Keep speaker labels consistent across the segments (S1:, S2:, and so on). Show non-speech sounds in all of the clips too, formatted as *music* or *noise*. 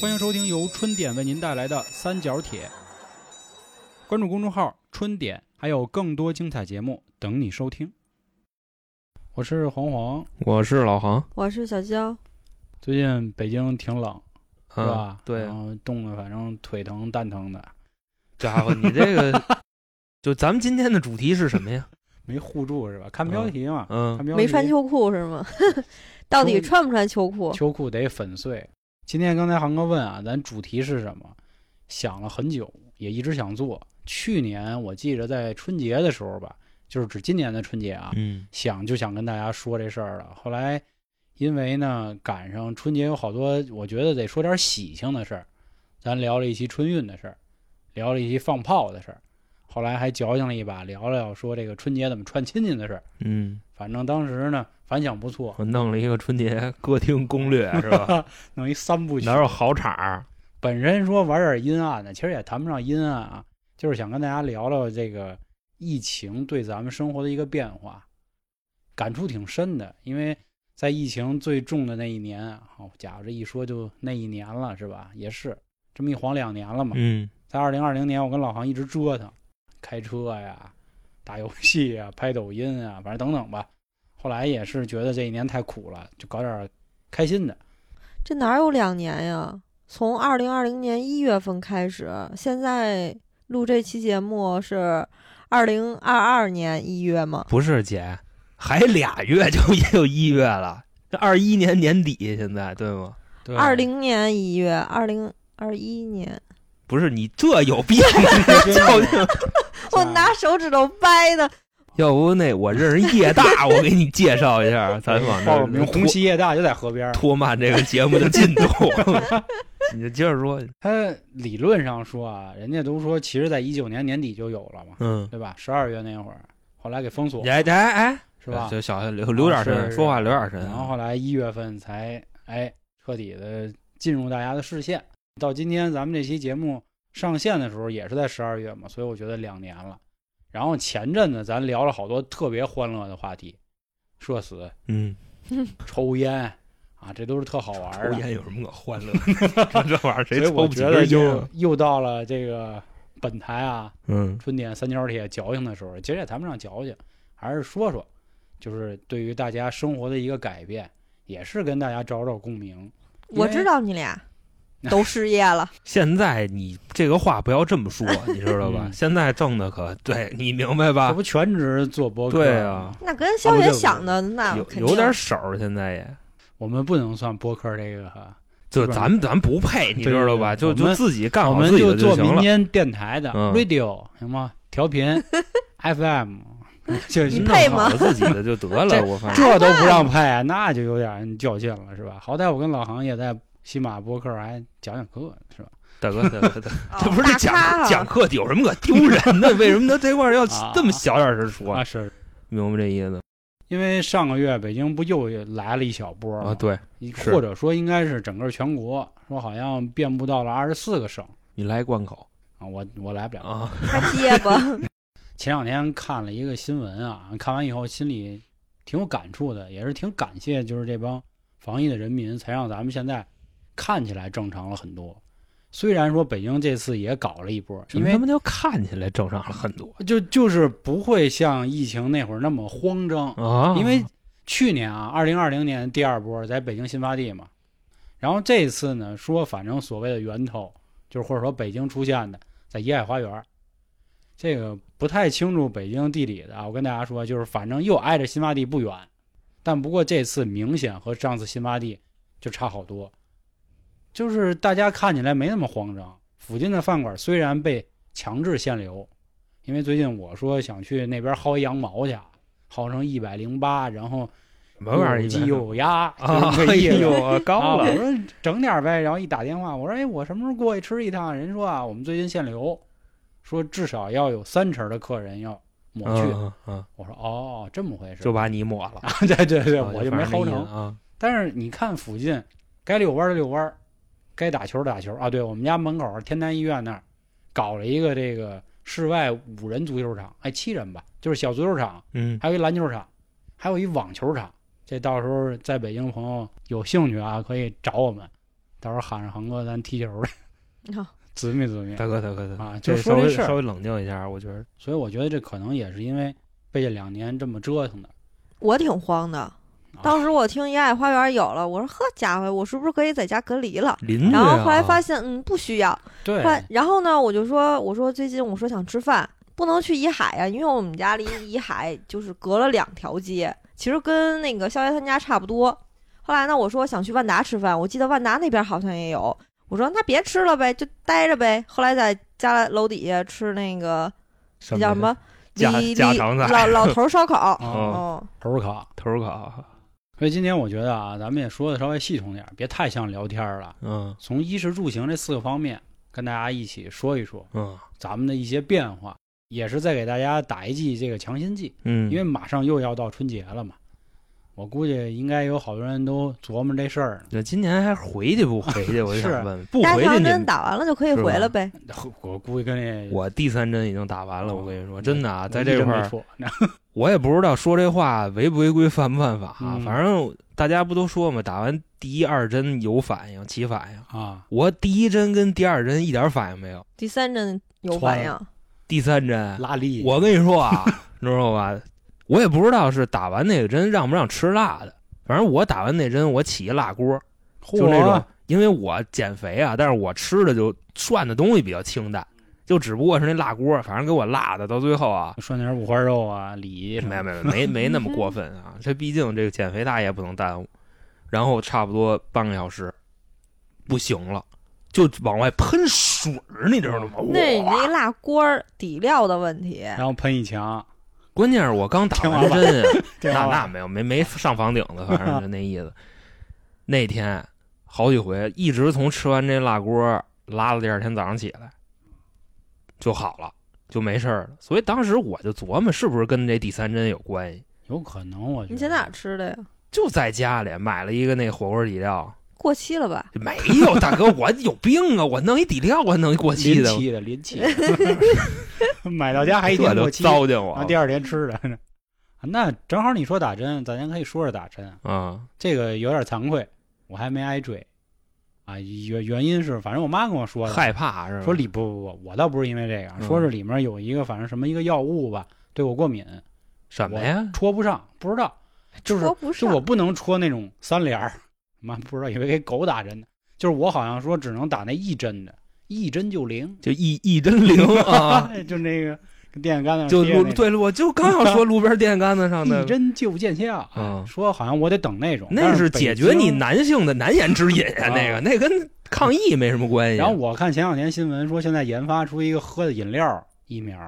S1: 欢迎收听由春点为您带来的《三角铁》，关注公众号“春点”，还有更多精彩节目等你收听。我是黄黄，
S2: 我是老航，
S3: 我是小娇，
S1: 最近北京挺冷，是
S2: 啊，
S1: 吧？
S2: 对
S1: 然后冻的反正腿疼蛋疼的，
S2: 家伙，你这个 *laughs* 就咱们今天的主题是什么呀？
S1: 没护住是吧？看标题嘛，看
S2: 嗯，
S1: 标题
S3: 没穿秋裤是吗？ *laughs* 到底穿不穿秋裤？
S1: 秋裤得粉碎。今天刚才航哥问啊，咱主题是什么？想了很久，也一直想做。去年我记着在春节的时候吧，就是指今年的春节啊，
S2: 嗯，
S1: 想就想跟大家说这事儿了。后来因为呢赶上春节有好多，我觉得得说点喜庆的事儿，咱聊了一期春运的事儿，聊了一期放炮的事儿，后来还矫情了一把，聊聊说这个春节怎么串亲戚的事儿。
S2: 嗯，
S1: 反正当时呢反响不错，
S2: 我弄了一个春节歌厅攻略 *laughs* 是吧？
S1: 弄一三部曲
S2: 哪。有好场儿？
S1: 本身说玩点阴暗的，其实也谈不上阴暗啊，就是想跟大家聊聊这个疫情对咱们生活的一个变化，感触挺深的。因为在疫情最重的那一年，啊好、家伙，这一说就那一年了，是吧？也是这么一晃两年了嘛。
S2: 嗯，
S1: 在二零二零年，我跟老航一直折腾，开车呀、打游戏呀、 *laughs* 拍抖音啊，反正等等吧。后来也是觉得这一年太苦了，就搞点开心的。
S3: 这哪有两年呀？从二零二零年一月份开始，现在录这期节目是二零二二年一月吗？
S2: 不是姐，还俩月就也有一月了，这二一年年底现在对吗？
S1: 对
S3: 二零年一月，二零二一年，
S2: 不是你这有病， *laughs*
S1: 真
S2: 照
S1: 的
S2: 镜
S3: 我拿手指头掰的，
S2: 要不那我认识叶 *laughs* 大，我给你介绍一下，咱往
S1: 报名
S2: 这
S1: 红旗夜大就在河边儿。
S2: *laughs* 拖慢这个节目的进 *laughs* 度。你就接着说，
S1: 他理论上说啊，人家都说其实在一九年年底就有了嘛，
S2: 嗯，
S1: 对吧？十二月那会儿，后来给封锁
S2: 哎哎哎，
S1: 是吧？
S2: 就小留留点
S1: 是
S2: 神，
S1: 是
S2: 说话留点神。
S1: 然后后来一月份才哎彻底的进入大家的视线。到今天咱们这期节目上线的时候也是在十二月嘛，所以我觉得两年了。然后前阵子咱聊了好多特别欢乐的话题，社死、
S2: 嗯，
S1: 抽烟啊，这都是特好玩儿
S2: 抽
S1: 的。
S2: 烟有什么可欢 *laughs* 乐的？这玩意儿谁
S1: 所以
S2: 抽
S1: 我
S2: 不起
S1: 觉得
S2: 根烟
S1: 就
S2: 啊？
S1: 又到了这个本台啊，
S2: 嗯
S1: 春点三角铁矫情的时候，其实也谈不上矫情，还是说说，就是对于大家生活的一个改变，也是跟大家找找共鸣。因为
S3: 我知道你俩
S2: *laughs*
S3: 都失业了，
S2: 现在你这个话不要这么说，你知道吧？
S1: 嗯
S2: 现在挣的可对你明白
S1: 这
S2: 吧？
S1: 不全职做播客？
S2: 啊对啊，
S3: 那跟肖
S1: 啊不
S3: 爷
S1: 是
S3: 想的那
S2: 有
S3: 肯定
S2: 有点手儿，现在也
S1: 我们不能算播客这个哈，
S2: 就
S1: 基本上
S2: 咱们咱不配，你知道吧？
S1: 对对
S2: 就
S1: 对我
S2: 就
S1: 们
S2: 自己干
S1: 我
S2: 好
S1: 们
S2: 啊自己的
S1: 做
S2: 行
S1: 民
S2: 了。
S1: 间电台的
S2: 嗯
S1: radio 行吗？调
S3: *laughs*
S1: 频 FM，就 *laughs*
S3: 你
S1: 是
S3: 配
S2: 弄好
S3: 吗
S2: 了自己的就得了，
S1: 这
S2: 我发现。
S1: 这都不让配，那就有点较劲了，是吧？好歹我跟老航也在西马播客还讲讲课，是吧？
S2: 大哥，大哥，大哥，
S3: 哦
S2: 这 *laughs* 不是
S3: 大咖
S2: 讲
S3: 啊
S2: 讲课有什么可丢人 *laughs* 的？为什么他这块儿要
S1: 啊
S2: 这么小点声说
S1: 啊，？是
S2: 明白这意思
S1: 因为上个月北京不又来了一小波吗
S2: 啊？对是
S1: 或者说应该是整个全国，说好像遍布到了二十四个省
S2: 你来贯口
S1: 啊，我我来不了。
S2: 啊，
S3: 还结巴， *laughs*
S1: 前两天看了一个新闻啊，看完以后心里挺有感触的，也是挺感谢就是这帮防疫的人民，才让咱们现在看起来正常了很多。虽然说北京这次也搞了一波，
S2: 什
S1: 因
S2: 么
S1: 为
S2: 他妈叫看起来正常了很多
S1: 就就是不会像疫情那会儿那么慌张，
S2: 啊？
S1: 因为去年啊，二零二零年第二波在北京新发地嘛，然后这次呢说，反正所谓的源头就是或者说北京出现的，在颐海花园，这个不太清楚北京地理的啊，我跟大家说，就是反正又挨着新发地不远，但不过这次明显和上次新发地就差好多，就是大家看起来没那么慌张。附近的饭馆虽然被强制限流，因为最近我说想去那边薅羊毛去，啊薅成一百零八，然后
S2: 什么
S1: 又
S2: 玩
S1: 有
S2: 意
S1: 鸡
S2: 儿？
S1: 又有鸭，
S2: 啊， *laughs*
S1: 就是这
S2: 哎
S1: 意思。
S2: 呦，
S1: 啊
S2: 高
S1: 我
S2: 了，
S1: 说整点儿呗，然后一打电话，我说哎，我什么时候过去吃一趟？人说啊，我们最近限流，说至少要有三成的客人要抹去。
S2: 嗯嗯嗯，
S1: 我说哦，这么回事。
S2: 就把你抹
S1: *laughs*
S2: 了，
S1: 啊，对对对，
S2: 啊
S1: 我就没薅
S2: 反正那意
S1: 成
S2: 思。啊。
S1: 但是你看附近，该遛弯儿的遛弯儿，该打球儿打球儿啊。对我们家门口儿天坛医院那儿搞了一个这个室外五人足球场，哎，七人吧，就是小足球场，
S2: 嗯，
S1: 还有一篮球场，还有一网球场。这到时候在北京朋友有兴趣啊，可以找我们，到时候喊上恒哥，咱踢 *laughs* 球去，
S3: 啊
S1: 准备准备
S2: 大哥大哥大哥，
S1: 啊！
S2: 这
S1: 就
S2: 稍
S1: 说这
S2: 微
S1: 事儿
S2: 稍，微冷静一下，我觉得
S1: 所以我觉得这可能也是因为被这两年这么折腾的。
S3: 我挺慌的。当时我听《一爱花园》有了，我说呵家伙，我是不是可以在家隔离了？
S2: 邻居
S3: 然后后来
S2: 啊
S3: 发现，嗯，不需要。
S1: 对
S3: 后，来然后呢，我就说，我说最近我说想吃饭，不能去怡海啊呀、因为我们家离怡海就是隔了两条街，其实跟那个逍遥他们家差不多。后来呢，我说想去万达吃饭，我记得万达那边好像也有。我说那别吃了呗，就待着呗。后来在家楼底下吃那个那叫什么
S2: 家
S3: 李
S2: 家
S3: 李
S2: 常菜
S3: 老老头烧烤，
S2: 哦
S1: 啊，
S3: 嗯，
S1: 头儿卡。
S2: 头儿烤，啊
S1: 所以今天我觉得啊，咱们也说的稍微系统点儿，别太像聊天儿了。
S2: 嗯
S1: 从衣食住行这四个方面，跟大家一起说一说
S2: 嗯
S1: 咱们的一些变化，也是在给大家打一剂这个强心剂，
S2: 嗯，
S1: 因为马上又要到春节了嘛。我估计应该有好多人都琢磨这事儿
S2: 那嗯今年还回去不回去？我就
S1: 是
S2: 想问，不
S3: 加
S2: 回去
S3: 强
S2: 你
S3: 针
S2: 们，
S3: 打完了就可以
S2: 是
S3: 回
S2: 吧
S3: 了呗。
S1: 呢。 *laughs* 我估计跟这
S2: 我第三针已经打完了，我跟你说，真的啊，在这块
S1: 块
S2: 儿我也不知道说这话违不违规、犯不犯法、啊
S1: 嗯
S2: 反正大家不都说嘛，打完第一、二针有反应起反应。
S1: *laughs* 啊，
S2: 我第一针跟第二针一点反应没有，
S3: 第三针有
S1: 窜
S3: 反
S1: 了
S3: 应，
S2: 第三针，
S1: 拉力
S2: 哎我跟你说啊，你知道吧？我也不知道是打完那个针让不让吃辣的，反正我打完那针我起一辣锅，就那种，因为我减肥啊，但是我吃的就涮的东西比较清淡，就只不过是那辣锅，反正给我辣的，到最后啊，
S1: 涮点五花肉啊、里什么
S2: 没
S1: 的
S2: 有没有没没那么过分啊，这毕竟这个减肥大业不能耽误。然后差不多半个小时，不行了，就往外喷水儿，你知道吗？
S3: 那你
S2: 哇
S3: 那辣锅儿底料的问题，
S1: 然后喷一墙，
S2: 关键是我刚打完这针啊，
S1: 天
S2: 那
S1: 花
S2: 那
S1: 板
S2: 没有没没上房顶子，反正就那意思。那天好几回，一直从吃完这辣锅拉到第二天早上起来就好了，就没事儿了。所以当时我就琢磨，是不是跟这第三针有关系？
S1: 有可能我觉得
S3: 你在哪儿吃的呀？
S2: 就在家里买了一个那火锅底料，
S3: 过期了吧？
S2: 没有大哥，我有病啊！我弄一底料，我弄一过期
S1: 临
S2: 的，
S1: 期的临期
S2: *laughs*
S1: 的，买到家还一天
S2: 这
S1: 过
S2: 就
S1: 期，
S2: 糟践我
S1: 然后第二天吃的。 *laughs* 那正好你说打针，咱先可以说说打针啊。
S2: 啊！
S1: 这个有点惭愧，我还没挨追啊。原原因是，反正我妈跟我说的，
S2: 害怕是吧？
S1: 说里不不不，我倒不是因为这个，啊
S2: 嗯
S1: 说是里面有一个反正什么一个药物吧，对我过敏，
S2: 什么呀？
S1: 戳不上，不知道，就是
S3: 说哎不
S1: 就
S3: 上，
S1: 我不能戳那种三联儿，妈不知道以为给狗打针呢，就是我好像说只能打那一针的，一针就灵，哎
S2: 就一一针灵
S1: *laughs*
S2: 啊！
S1: 就那个跟电线杆子上
S2: 就
S1: 贴那
S2: 路
S1: 个
S2: 对，我就刚要说路边电线杆
S1: *laughs*
S2: 子上的
S1: 一，针就见效。啊
S2: 嗯
S1: 说好像我得等那种，
S2: 那
S1: 但
S2: 是
S1: 是
S2: 解决你
S1: 北京。
S2: 男性的难言之隐啊！
S1: 啊
S2: 那个那跟抗疫没什么关系。
S1: 然后我看前两天新闻说，现在研发出一个喝的饮料疫苗，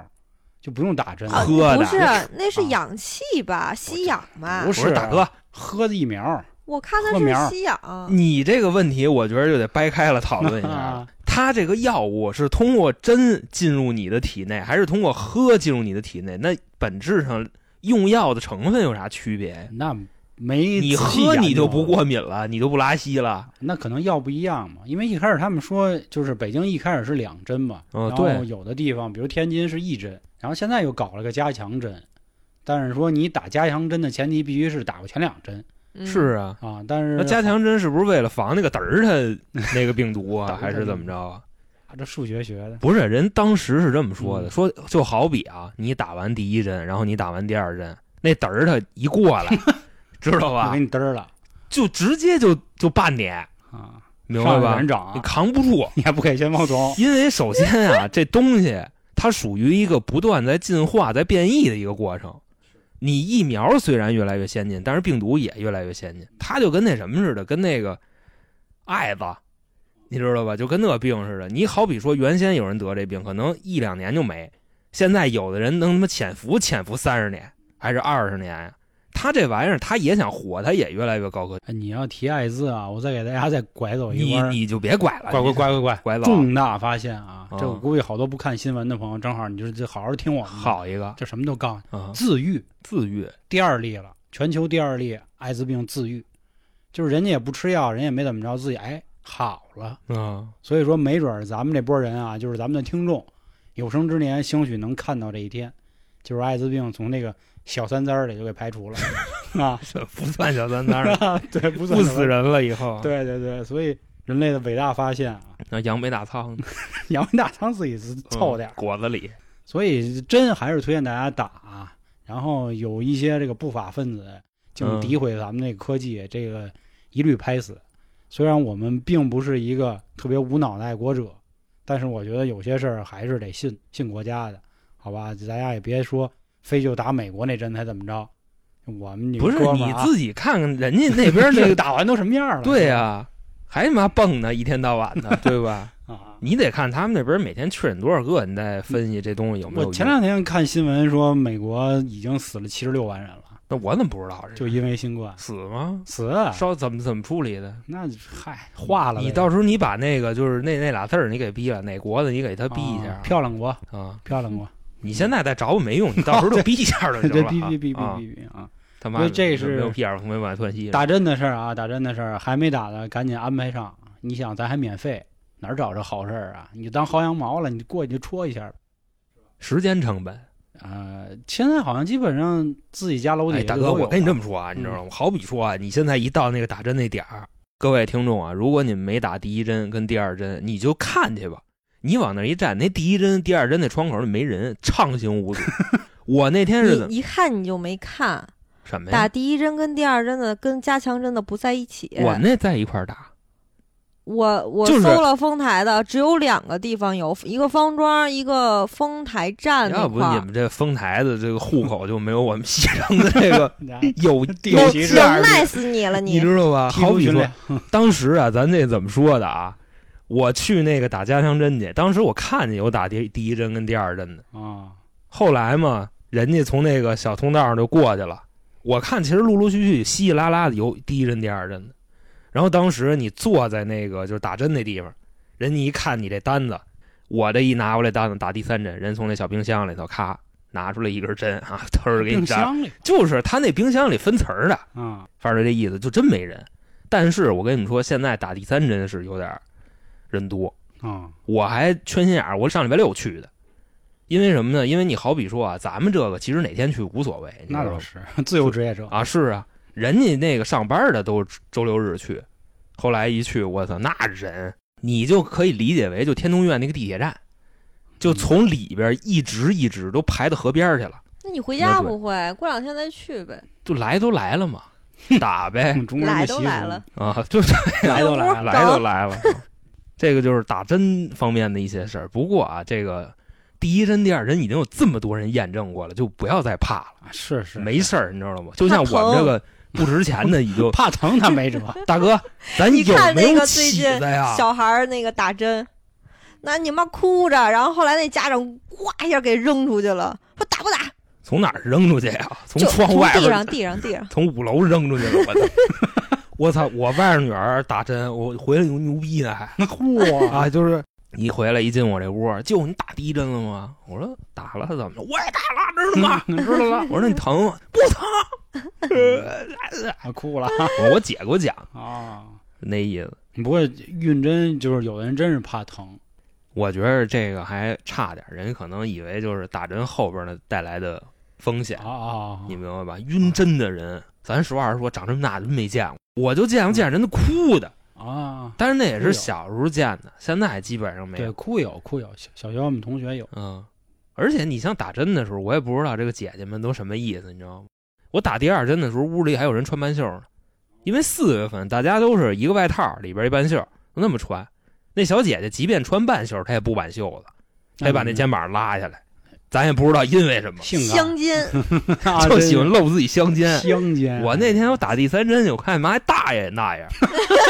S1: 就不用打针了，
S3: 啊
S2: 喝的
S3: 不是
S2: 那，
S3: 那是
S1: 啊
S3: 氧气吧？吸氧吧
S1: 不？
S2: 我说
S1: 是啊
S2: 大哥，
S1: 喝的疫苗。
S3: 我看的
S1: 喝苗儿
S3: 是吸氧，
S2: 你这个问题，我觉得就得掰开了讨论
S1: *laughs*
S2: 一下。
S1: 啊，
S2: 它这个药物是通过针进入你的体内，还是通过喝进入你的体内？那本质上用药的成分有啥区别？
S1: 那没
S2: 你
S1: 仔细
S2: 喝
S1: 研
S2: 你就
S1: 究
S2: 不过敏了，你就不拉稀了。
S1: 那可能药不一样嘛，因为一开始他们说就是北京一开始是两针嘛，
S2: 嗯
S1: 然
S2: 对
S1: 后有的地方比如天津是一针，然后现在又搞了个加强针，但是说你打加强针的前提必须是打过前两针
S3: 嗯
S2: 是啊，
S1: 啊，但是
S2: 那加强针是不是为了防那个嘚儿它那个病
S1: *laughs*
S2: 毒啊，还是怎么着啊？
S1: 啊这数学学的
S2: 不是，人当时是这么说的，
S1: 嗯
S2: 说就好比啊，你打完第一针，然后你打完第二针，那嘚儿它一
S1: *laughs*
S2: 过来，知道
S1: 我
S2: 吧
S1: 给？你嘚儿了
S2: 就直接就就办你，
S1: 啊，
S2: 明白
S1: 上来给
S2: 吧
S1: 人？
S2: 你
S1: 长，
S2: 扛不住。啊
S1: 你还不给先冒肿，
S2: 因为首先啊，这东西它属于一个不断在进化、在变异的一个过程。你疫苗虽然越来越先进，但是病毒也越来越先进，它就跟那什么似的，跟那个艾滋，你知道吧？就跟那病似的。你好比说，原先有人得这病，可能一两年就没，现在有的人能他妈潜伏潜伏三十年还是二十年呀？他这玩意儿，他也想活，他也越来越高科技。
S1: 哎你要提艾滋啊，我再给大家再拐走一
S2: 你
S1: 弯儿，
S2: 你就别拐了，
S1: 拐拐拐拐拐，
S2: 拐走，
S1: 重大发现啊！
S2: 啊
S1: 这我估计好多不看新闻的朋友，正好你就就好好听我们的，
S2: 好一个
S1: 这什么都告诉
S2: 啊
S1: 你，，自愈。
S2: 自愈。
S1: 第二例了，全球第二例艾滋病自愈，就是人家也不吃药，人也没怎么着，自己哎好了。
S2: 嗯，
S1: 所以说，没准儿咱们这波人啊，就是咱们的听众，有生之年兴许能看到这一天，就是艾滋病从那个小三灾儿里就给排除了 *laughs* 啊。
S2: *laughs* 这不算小三单儿，
S1: *laughs* 对，不算
S2: 不死人了以后。
S1: 对对对，所以人类的伟大发现啊！
S2: 那杨梅大仓
S1: 杨梅大仓自己
S2: 嗯
S1: 是凑点儿，
S2: 果子里，
S1: 所以真还是推荐大家打啊。然后有一些这个不法分子净
S2: 嗯
S1: 诋毁咱们这个科技，这个一律拍死。虽然我们并不是一个特别无脑的爱国者，但是我觉得有些事儿还是得信信国家的，好吧？大家也别说非就打美国那针才怎么着，我们
S2: 不是
S1: 哥们
S2: 你
S1: 儿啊
S2: 自己看看人家那边
S1: 这
S2: 那
S1: 个 *laughs*
S2: 个，
S1: 打完都什么样了？
S2: 对呀、还他妈蹦呢，一天到晚
S1: *laughs*
S2: 的，对吧？
S1: 啊，
S2: 你得看他们那边每天确诊多少个，你再分析这东西有没有
S1: 我
S2: 用。
S1: 前两天看新闻说美国已经死了七十六万人了，
S2: 那我怎么不知道？
S1: 就因为新冠
S2: 哎死吗？
S1: 死，啊
S2: 烧怎么怎么处理的？
S1: 那嗨化了呗。
S2: 你到时候你把那个就是那那俩字儿你给逼了，哪国的你给他逼一下
S1: 啊漂亮国，
S2: 啊！
S1: 漂亮国，嗯
S2: 你现在再找我没用，你到时候就逼一下就
S1: 这 *laughs*
S2: 行了啊。
S1: 逼逼逼逼
S2: 啊
S1: 逼逼啊！
S2: 他妈
S1: 所
S2: 的
S1: 以这是
S2: 没有屁眼儿红梅满窜稀。
S1: 打针的事儿啊，打针的事儿，还没打的赶紧安排上。你想，咱还免费，哪儿找这好事儿啊？你当薅羊毛了，你过去就戳一下吧。
S2: 时间成本，
S1: 呃，现在好像基本上自己家楼底
S2: 哎，
S1: 下
S2: 大
S1: 就都
S2: 哥，
S1: 有了、
S2: 我跟你这么说啊，
S3: 嗯
S2: 你知道吗？好比说啊，你现在一到那个打针那点儿，各位听众啊，如果你们没打第一针跟第二针，你就看去吧。你往那儿一站，那第一针、第二针那窗口里没人，畅行
S3: *laughs*
S2: 无阻。我那天是怎么
S3: 你一看你就没看，
S2: 什么
S3: 打呃
S2: 呀？
S3: 第一针跟第二针的跟加强针的不在一起。
S2: 我那在一块儿打，
S3: 我我
S2: 就是
S3: 搜了丰台的，只有两个地方有，一个方庄，一个丰台站那
S2: 要不
S3: 块
S2: 你
S3: 儿。
S2: 们这丰台的这个户口就没有我们西城的这个
S1: 你知道
S3: *laughs*
S2: 有
S1: 地
S2: 有
S1: 级市
S2: 价
S1: 二
S2: 儿
S1: 十
S3: 赖死你了
S2: 你
S3: 你！
S2: 知道吧？
S1: 踢足
S2: 嗯好比
S1: 训
S2: 说
S1: 练，
S2: 当时啊，咱这怎么说的啊？我去那个打加强针去，当时我看见有打第第一针跟第二针的。
S1: 啊，
S2: 后来嘛，人家从那个小通道上就过去了。我看其实陆陆续续稀稀拉拉的有第一针、第二针的。然后当时你坐在那个就是打针那地方，人家一看你这单子，我这一拿过来单子打第三针，人从那小冰箱里头咔拿出来一根针啊， *laughs* 嘚儿给
S1: 冰
S2: 你扎。
S1: 箱里
S2: 就是他那冰箱里分层儿的，
S1: 啊，
S2: 反正这意思就真没人。但是我跟你们说，现在打第三针是有点儿人多，
S1: 啊，
S2: 我还缺心眼儿，我上礼拜六去的，因为什么呢？因为你好比说啊，咱们这个其实哪天去无所谓，你知道
S1: 那
S2: 吗
S1: 倒是自由职业者，
S2: 啊，是啊，人家那个上班的都是周六日去，后来一去，我操，那人你就可以理解为就天通苑那个地铁站，就
S1: 嗯
S2: 从里边一直一直都排到河边儿去了，
S3: 那你回
S2: 那
S3: 家
S2: 对
S3: 不会？过两天再去呗。
S2: 就来都来了嘛，
S1: *laughs*
S2: 打呗
S1: 嗯中国人的
S3: 来
S1: 习
S3: 都
S1: 俗
S3: 来了，
S2: 啊，就
S1: 来都来
S3: 哎
S1: 了，
S3: 呦
S2: 来都来了。 *laughs* 这个就是打针方面的一些事儿。不过啊，这个第一针、第二针已经有这么多人验证过了，就不要再怕了，
S1: 是是
S2: 没事儿，你知道吗？就像我们这个不值钱的，
S3: *laughs*
S2: 已经
S1: 怕疼他
S2: *laughs*
S1: 没辙，
S2: 大哥，咱
S3: 你
S2: 有
S3: 看
S2: 没
S3: 那
S2: 有
S3: 个最
S2: 起
S3: 近
S2: 子呀？
S3: 小孩儿那个打针，那你妈哭着，然后后来那家长哗一下给扔出去了，说打不打？
S2: 从哪儿扔出去呀？从
S3: 就
S2: 窗
S3: 从
S2: 外
S3: 地
S2: 边
S3: 上，地上，地上。
S2: 从五楼扔出去了，我操！ *laughs* 我操！我外甥女儿打针，我回来牛牛逼呢，还
S1: 嚯
S2: 啊，就是一回来一进我这屋，舅，你打第一针了吗？我说打了，怎么了？我也打了，知道吗？ *laughs* 知道了。我说你疼吗？ *laughs* 不疼。
S1: *laughs* 啊哭了
S2: 我我姐给我讲
S1: 啊。
S2: 那意思，
S1: 不过运针就是有的人真是怕疼，
S2: 我觉得这个还差点，人可能以为就是打针后边呢带来的风险，
S1: 啊啊
S2: 你明白吧？晕针的人，咱实话实说，长这么大真没见过，我就见过见人都哭的，
S1: 啊啊！
S2: 但是那也是小时候见的，现在基本上没
S1: 对，
S2: 有。
S1: 哭有哭有，小小学我们同学有，
S2: 嗯，而且你像打针的时候，我也不知道这个姐姐们都什么意思，你知道吗？我打第二针的时候，屋里还有人穿半袖呢，因为四月份大家都是一个外套里边一半袖，都那么穿。那小姐姐即便穿半袖，她也不挽袖子，她也哎把那
S1: 嗯
S2: 肩膀拉下来。咱也不知道因为什么，
S1: 性
S2: *laughs*
S1: *laughs* 啊
S3: 香筋，
S1: 感
S2: 就喜欢露自己香肩。
S1: 香肩。
S2: 我那天我打第三针，我看妈大爷那
S1: *laughs*
S2: 样，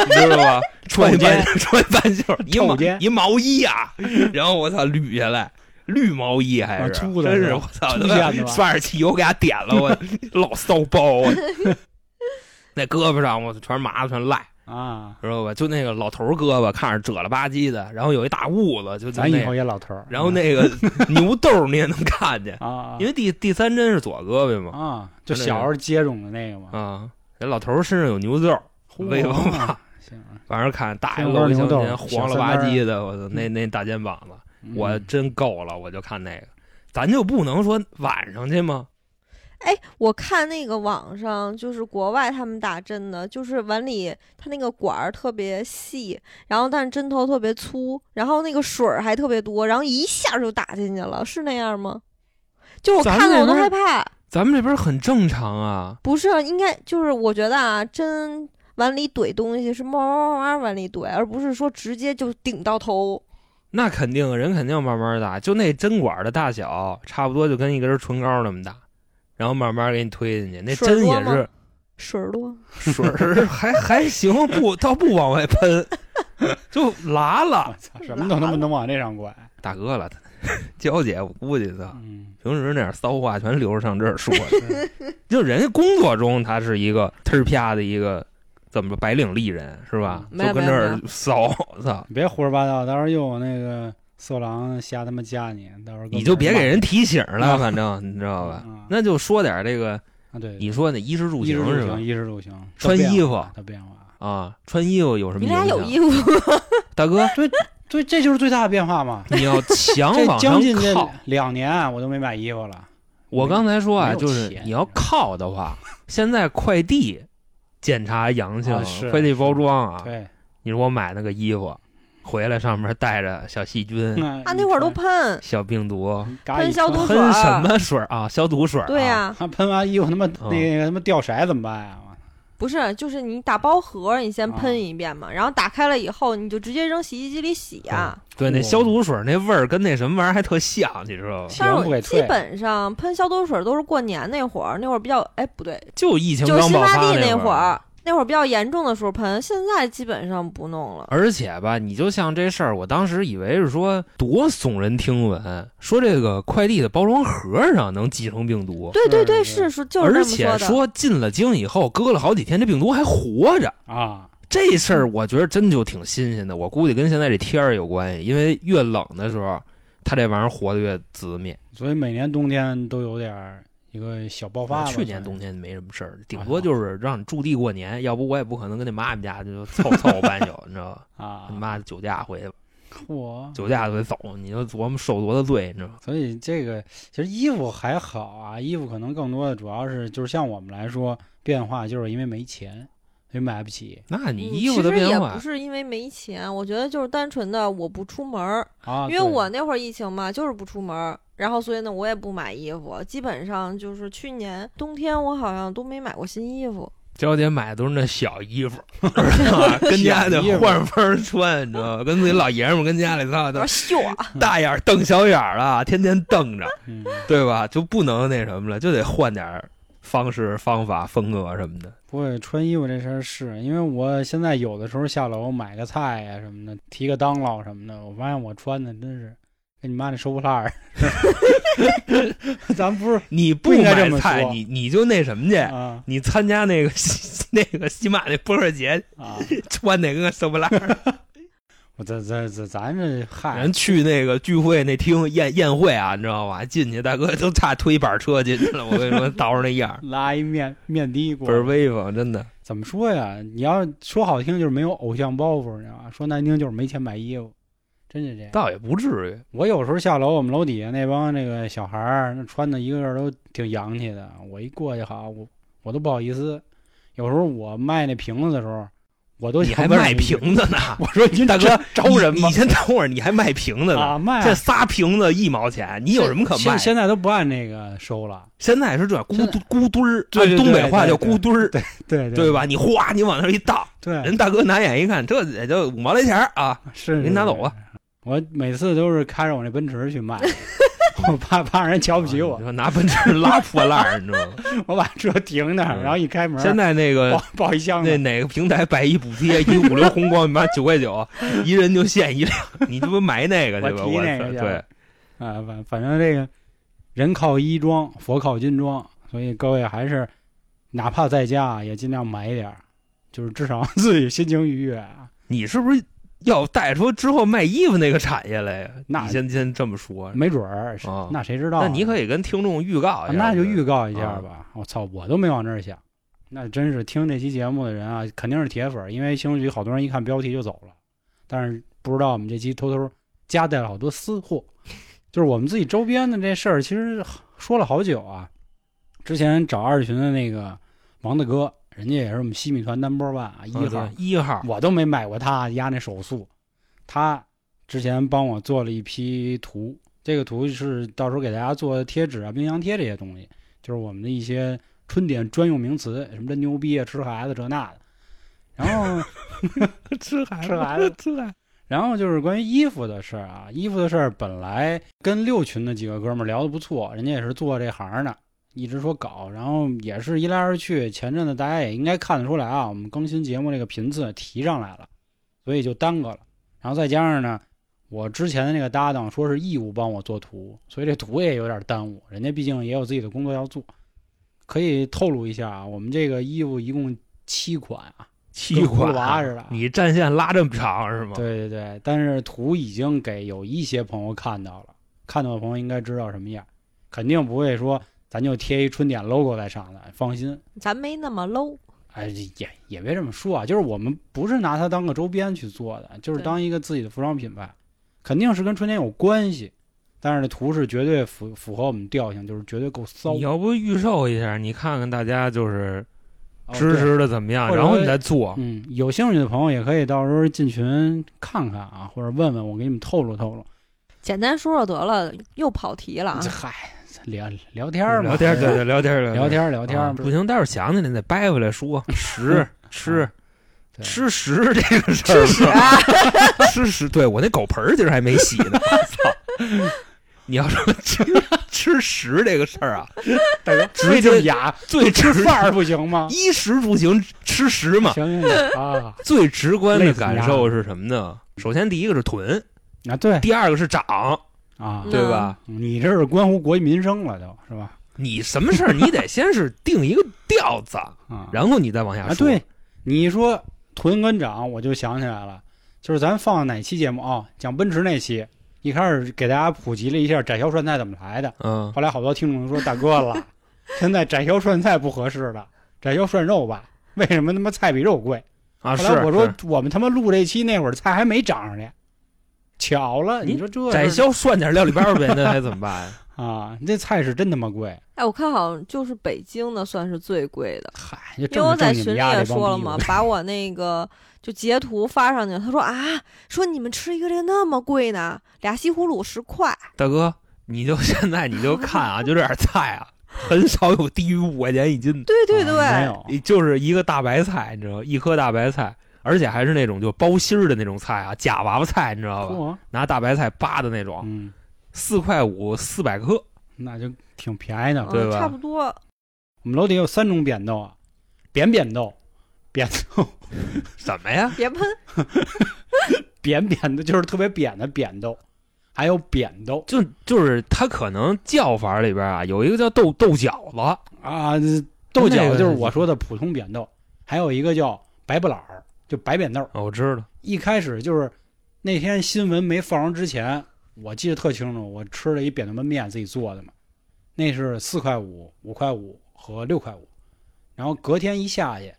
S2: 你知道吧？穿一半穿一半袖，一
S1: 臭
S2: 毛
S1: 街
S2: 一毛衣啊，
S1: *laughs*
S2: 然后我操捋下来，绿毛衣还
S1: 啊
S2: 是
S1: 粗的
S2: 真
S1: 是
S2: 是我
S1: 吧
S2: 操，
S1: 粗
S2: 他妈
S1: 线的吧
S2: 刷点汽油给他点了，
S1: *laughs*
S2: 我老骚包啊，那胳膊上我全是麻全是癞，
S1: 啊，
S2: 知道吧？就那个老头儿胳膊看着褶了吧唧的，然后有一大痦子，就就
S1: 咱以
S2: 那
S1: 后
S2: 样，
S1: 也老头儿。
S2: 然后
S1: *laughs*
S2: 那个牛痘儿你也能看见，
S1: 啊，
S2: 因为第第三针是左胳膊嘛，
S1: 啊，就小时候接种的那个嘛，
S2: 啊，那老头儿身上有牛痘儿。
S1: 呼
S2: 威风吧
S1: 啊 *laughs* 行啊，
S2: 反正看大爷
S1: 天花
S2: 露
S1: 牛
S2: 胸
S1: 痘
S2: 前黄了吧唧的，我操，那那大肩膀子，
S1: 嗯
S2: 我真够了，我就看那个，咱就不能说晚上去吗？
S3: 哎，我看那个网上就是国外他们打针的，就是碗里它那个管儿特别细，然后但是针头特别粗，然后那个水儿还特别多，然后一下就打进去了，是那样吗？就我
S2: 咱
S3: 看
S2: 们
S3: 了我
S2: 那
S3: 都
S2: 边
S3: 害怕。
S2: 咱们这边很正常啊，
S3: 不是，应该就是我觉得啊，针往里怼东西是慢慢慢慢往里怼，而不是说直接就顶到头。
S2: 那肯定人肯定慢慢打，就那针管的大小差不多就跟一根唇膏那么大，然后慢慢给你推进去，那
S3: 水儿
S2: 针
S3: 多
S2: 也
S3: 吗
S2: 是
S3: 水儿多，
S2: 水儿还还行，不倒不往外 *laughs* 喷，就
S1: *laughs*
S2: 拉
S1: 我
S2: 了
S1: 操，什么都他妈能往这上拐。
S2: 大哥了。 *laughs* 娇姐，我估计的，
S1: 嗯，
S2: 平时那点骚话全留着上这儿说的， *laughs* 就人家工作中他是一个忒儿啪的一个怎么说白领丽人是吧？
S3: 没有
S2: 就跟
S3: 没
S2: 这
S3: 有
S2: 儿 *laughs* 骚，我操！
S1: 你别胡说八道，到时候又有那个色狼瞎他妈加你，到时候
S2: 你就别给人提醒了，
S1: 啊
S2: 反正你知道
S1: 好
S2: 吧？
S1: 吧？
S2: 那就说点这个，
S1: 啊，对，
S2: 你说那衣食住
S1: 衣食
S2: 行
S1: 住
S2: 是吧
S1: 行，？衣食住行，
S2: 穿衣服
S1: 的变化，
S2: 啊，穿衣服有什么
S3: 你
S2: 影响？
S3: 俩有衣服吗？
S2: 大哥，
S1: 对，这就是最大的变化嘛。
S2: 你要强
S1: 这
S2: 往
S1: 将
S2: 上
S1: 近这
S2: 靠。
S1: 两年啊我都没买衣服了，
S2: 我刚才说
S1: 没
S2: 啊，
S1: 有
S2: 就是
S1: 钱
S2: 你要靠的话，现在快递检查阳性
S1: 啊，是
S2: 快递包装啊，
S1: 对，
S2: 你说我买那个衣服回来，上面带着小细菌、
S1: 那
S3: 啊，那会儿都喷，
S2: 小病毒，
S1: 嘎
S3: 喷
S1: 一
S3: 消
S1: 喷
S3: 毒水
S2: 喷什么水儿啊？消毒水儿啊。
S3: 对呀、
S1: 啊，喷完衣服
S2: 嗯
S1: 他妈那个他妈掉色怎么办呀？我
S3: 不是，就是你打包盒，你先喷一遍嘛，然后打开了以后，你就直接扔洗衣机里洗啊。
S2: 对，那
S1: 哇
S2: 消毒水儿那味儿跟那什么玩意儿还特像，你知道吧？
S1: 洗
S3: 但
S1: 完
S3: 是
S1: 不
S3: 我
S1: 给
S3: 基
S1: 退，
S3: 本上喷消毒水都是过年那会儿，那会儿比较哎不对，
S2: 就疫情
S3: 就是
S2: 刚
S3: 新
S2: 爆
S3: 发
S2: 发
S3: 地那
S2: 会
S3: 会儿，那会儿比较严重的时候喷，现在基本上不弄了。
S2: 而且吧，你就像这事儿，我当时以为是说多耸人听闻，说这个快递的包装盒上能寄生病毒，
S3: 对对对，
S1: 是
S3: 是说就是这
S2: 而
S3: 么
S2: 且
S3: 的。
S2: 说进了京以后，隔了好几天，这病毒还活着。
S1: 啊，
S2: 这事
S3: 嗯
S2: 儿我觉得真就挺新鲜的，我估计跟现在这天儿有关系，因为越冷的时候，它这玩意儿活得越紫密。
S1: 所以每年冬天都有点儿一个小爆发吧。
S2: 去
S1: 算
S2: 年
S1: 是
S2: 冬天没什么事儿，顶多就是让你驻地过年，要不我也不可能跟你妈他们家就凑凑合半宿，你知道吧？
S1: 啊，
S2: 你妈酒驾回去，
S1: 我
S2: 酒驾就得走，你就琢磨受多大罪，你知道吗？
S1: 所以这个其实衣服还好啊，衣服可能更多的主要是就是像我们来说变化，就是因为没钱，所以买不起
S2: 那你
S3: 嗯
S2: 衣服的
S3: 其实也
S1: 啊
S2: 变化
S3: 不，是因为没钱，我觉得就是单纯的我不出门儿，
S1: 啊。
S3: 因为
S1: 对
S3: 我那会儿疫情嘛，就是不出门儿，然后所以呢我也不买衣服，基本上就是去年冬天我好像都没买过新衣服。
S2: 娇姐买的都是那小衣服， *laughs* 知道吧跟家得换法儿穿，你知道吗？跟自己老爷们儿跟家里操
S3: 我
S2: 的
S3: 说秀啊， *laughs*
S2: 大眼儿瞪小眼儿了，天天瞪着， *laughs*
S1: 嗯，
S2: 对吧？就不能那什么了，就得换点儿方式、方法、风格什么的。
S1: 不过穿衣服这事儿是因为我现在有的时候下楼买个菜呀、什么的，提个当啷什么的，我发现我穿的真是跟你妈那收破烂儿。 *laughs* 咱不是
S2: 你不
S1: 不应该
S2: 买
S1: 这么
S2: 菜，
S1: 说
S2: 你你就那什么去？
S1: 啊
S2: 你参加那个 *laughs* 那个西马那波尔节，
S1: 啊，
S2: 穿的跟个什么
S1: *laughs*
S2: 烂儿？
S1: 我这这这咱这嗨
S2: 人，去那个聚会那厅宴宴会啊，你知道吧？进去大哥 *laughs* 都差推一板车进去了，我跟你
S1: *laughs*
S2: 说，倒着那样儿
S1: 拉一面面的过
S2: 倍
S1: 来
S2: 儿威风，真的。
S1: 怎么说呀？你要说好听就是没有偶像包袱，你知道吧？说难听就是没钱买衣服，真是这样。
S2: 倒也不至于。
S1: 我有时候下楼，我们楼底下那帮那个小孩儿，那穿的一个个都挺洋气的。我一过去，好，我我都不好意思。有时候我卖那瓶子的时候，我都
S2: 你
S1: 想
S2: 还
S1: 问
S2: 卖
S1: 人一句
S2: 瓶子呢？
S1: 我说您
S2: 大哥
S1: 这招人
S2: 你 *laughs*
S1: 吗
S2: 你？先等会儿，你还卖瓶子呢？
S1: 啊，卖啊
S2: 这仨瓶子一毛钱，你有什么可卖
S1: 现？现在都不按那个收了，
S2: 现在是这孤
S1: 现在
S2: 孤堆儿，
S1: 对对
S2: 按东
S1: 对
S2: 北话
S1: 对
S2: 叫
S1: 对
S2: 孤堆儿，
S1: 对哎
S2: 对吧？你哗，你往那儿一倒，
S1: 对，
S2: 人大哥拿眼一看，这也就五毛来钱儿啊，
S1: 是
S2: 您拿走。
S1: 是
S2: 吧
S1: 是。我每次都是开着我那奔驰去卖， *laughs* 我怕怕让人瞧不起
S2: 啊
S1: 我
S2: 你，说拿奔驰拉破烂儿，你
S1: *laughs*
S2: 知道吗？
S1: 我把车停那儿，
S2: 嗯
S1: 然后一开门，
S2: 现在那个
S1: 抱抱一箱
S2: 那
S1: 子，
S2: 哪个平台百亿补
S1: *laughs*
S2: 贴，一五菱宏光，你妈九块九，一人就限一辆， *laughs* 你这不埋那个去吧？
S1: 我提
S2: 我
S1: 那个
S2: 操
S1: 去
S2: 对，
S1: 啊，反反正这个人靠衣装，佛靠金装，所以各位还是哪怕在家啊也尽量买一点儿，就是至少 *laughs* 自己心情愉悦啊。
S2: 你是不是要带出之后卖衣服那个产业来呀？
S1: 那
S2: 你先先这么说，
S1: 没准儿、
S2: 啊
S1: 那谁知道啊？
S2: 那你可以跟听众预告
S1: 啊
S2: 一下，啊
S1: 那就
S2: 我觉得
S1: 预告一下吧。我、操，我都没往那儿想。那真是听这期节目的人啊，肯定是铁粉儿，因为兴许好多人一看标题就走了，但是不知道我们这期偷偷夹带了好多私货，就是我们自己周边的这事儿，其实说了好久啊，之前找二群的那个王大哥，人家也是我们西米团 number one 啊一
S2: 一
S1: 号，
S2: 一号，
S1: 我都没买过他压那手速。他之前帮我做了一批图，这个图是到时候给大家做贴纸啊、冰箱贴这些东西，就是我们的一些春点专用名词，什么真牛逼啊、吃孩子这那的。然后子
S2: 吃孩吃孩子，吃孩子，
S1: 然后就是关于衣服的事儿啊，衣服的事儿本来跟六群的几个哥们儿聊得不错，人家也是做这行的，一直说搞，然后也是一来二去，前阵子大家也应该看得出来啊，我们更新节目这个频次提上来了，所以就耽搁了。然后再加上呢，我之前的那个搭档说是义务帮我做图，所以这图也有点耽误，人家毕竟也有自己的工作要做。可以透露一下啊，我们这个衣服一共七款啊，
S2: 七
S1: 跟葫
S2: 款
S1: 芦娃似的啊
S2: 你战线拉这么长是吗？
S1: 对对对，但是图已经给有一些朋友看到了，看到的朋友应该知道什么样，肯定不会说咱就贴一春点 logo 在上来，放心。
S3: 咱没那么 low。
S1: 哎，也也别这么说啊，就是我们不是拿它当个周边去做的，就是
S3: 对
S1: 当一个自己的服装品牌，肯定是跟春天有关系，但是这图是绝对符符合我们调性，就是绝对够骚
S2: 你，要不预售一下，你看看大家就是
S1: 哦
S2: 支。
S1: 对
S2: 持的怎么样，
S1: 或者
S2: 然后你
S1: 说
S2: 再做。
S1: 嗯，有兴趣的朋友也可以到时候进群看看啊，或者问问我，给你们透露透露。
S3: 简单说说得了，又跑题了啊
S1: 这！嗨，聊聊天儿嘛，
S2: 聊天，对对，聊天，
S1: 聊
S2: 天，
S1: 天儿聊天
S2: 啊
S1: 儿，
S2: 不行，待会儿想起来你得掰回来说
S1: *laughs*
S2: 食吃
S1: 对
S2: 吃食这个事儿，吃屎， *laughs* 吃屎，对我那狗盆儿今儿还没洗
S1: *laughs*
S2: 呢，我操！你要说吃 *laughs* 吃食这个事儿啊，
S1: 大哥
S2: 直接
S1: 哑，
S2: *laughs* 最
S1: 吃
S2: 直
S1: 饭儿不行吗？
S2: 衣食住行吃食
S1: *laughs*
S2: 嘛，
S1: 行行
S2: *laughs*
S1: 行啊，
S2: 最直观
S1: 累
S2: 的
S1: 死你啊
S2: 感受是什么呢？首先第一个是囤，
S1: 啊对
S2: 第二个是涨，
S1: 啊，
S2: 对吧？
S1: 你这是关乎国计民生了，都是吧？
S2: 你什么事儿你得先是定一个调子，
S1: 啊，
S2: 然后你再往下
S1: 啊
S2: 说。
S1: 对，你说囤跟涨，我就想起来了，就是咱放哪期节目啊？讲奔驰那期，一开始给大家普及了一下窄销涮菜怎么来的，
S2: 嗯，
S1: 后来好多听众说大哥了，现在窄销涮菜不合适了，窄销涮肉吧。为什么他妈菜比肉贵？
S2: 啊
S1: 后
S2: 是。
S1: 来我说
S2: 是
S1: 我们他妈录这期那会儿菜还没涨上去，巧了，哎你
S2: 你
S1: 说这
S2: 窄
S1: 是
S2: 销涮点料理包呗，那 *laughs* 还怎么办呀？
S1: 啊，这菜是真他妈贵！
S3: 哎，我看好像就是北京的算是最贵的，
S1: 嗨，就
S3: 因为
S1: 正
S3: 我
S1: 是
S3: 在
S1: 正你
S3: 群
S1: 们
S3: 里
S1: 家
S3: 也
S1: 这帮
S3: 说了
S1: 逼
S3: 嘛
S1: 味， *laughs*
S3: 把我那个就截图发上去，他说啊，说你们吃一个这个那么贵呢，俩西葫芦十块，
S2: 大哥，你就现在你就
S1: *laughs*
S2: 看啊，就这点菜啊，很少有低于五块钱一斤的，
S3: 对 *laughs* 对
S1: 啊
S3: 对，
S1: 没有
S2: 就是一个大白菜，你知道吗，一颗大白菜。而且还是那种就包心儿的那种菜啊，假娃娃菜，你知道吧？
S1: 嚯
S2: 拿大白菜扒的那种，
S1: 嗯，
S2: 四块五，四百克。
S1: 那就挺便宜的。
S2: 对
S3: 嗯，
S2: 吧
S3: 差不多。
S1: 我们楼底有三种扁豆啊，扁扁豆、扁豆、
S2: 什么呀？*laughs*
S3: 别喷，
S1: 扁扁的，就是特别扁的扁豆，还有扁豆
S2: 就就是它可能叫法里边啊，有一个叫豆豆角子，
S1: 啊，豆角
S2: 那个
S1: 就是我说的普通扁豆，还有一个叫白不老儿，就白扁豆。
S2: 哦我知道，
S1: 一开始就是那天新闻没放上之前，我记得特清楚，我吃了一扁担焖面，自己做的嘛，那是四块五、五块五和六块五，然后隔天一下去，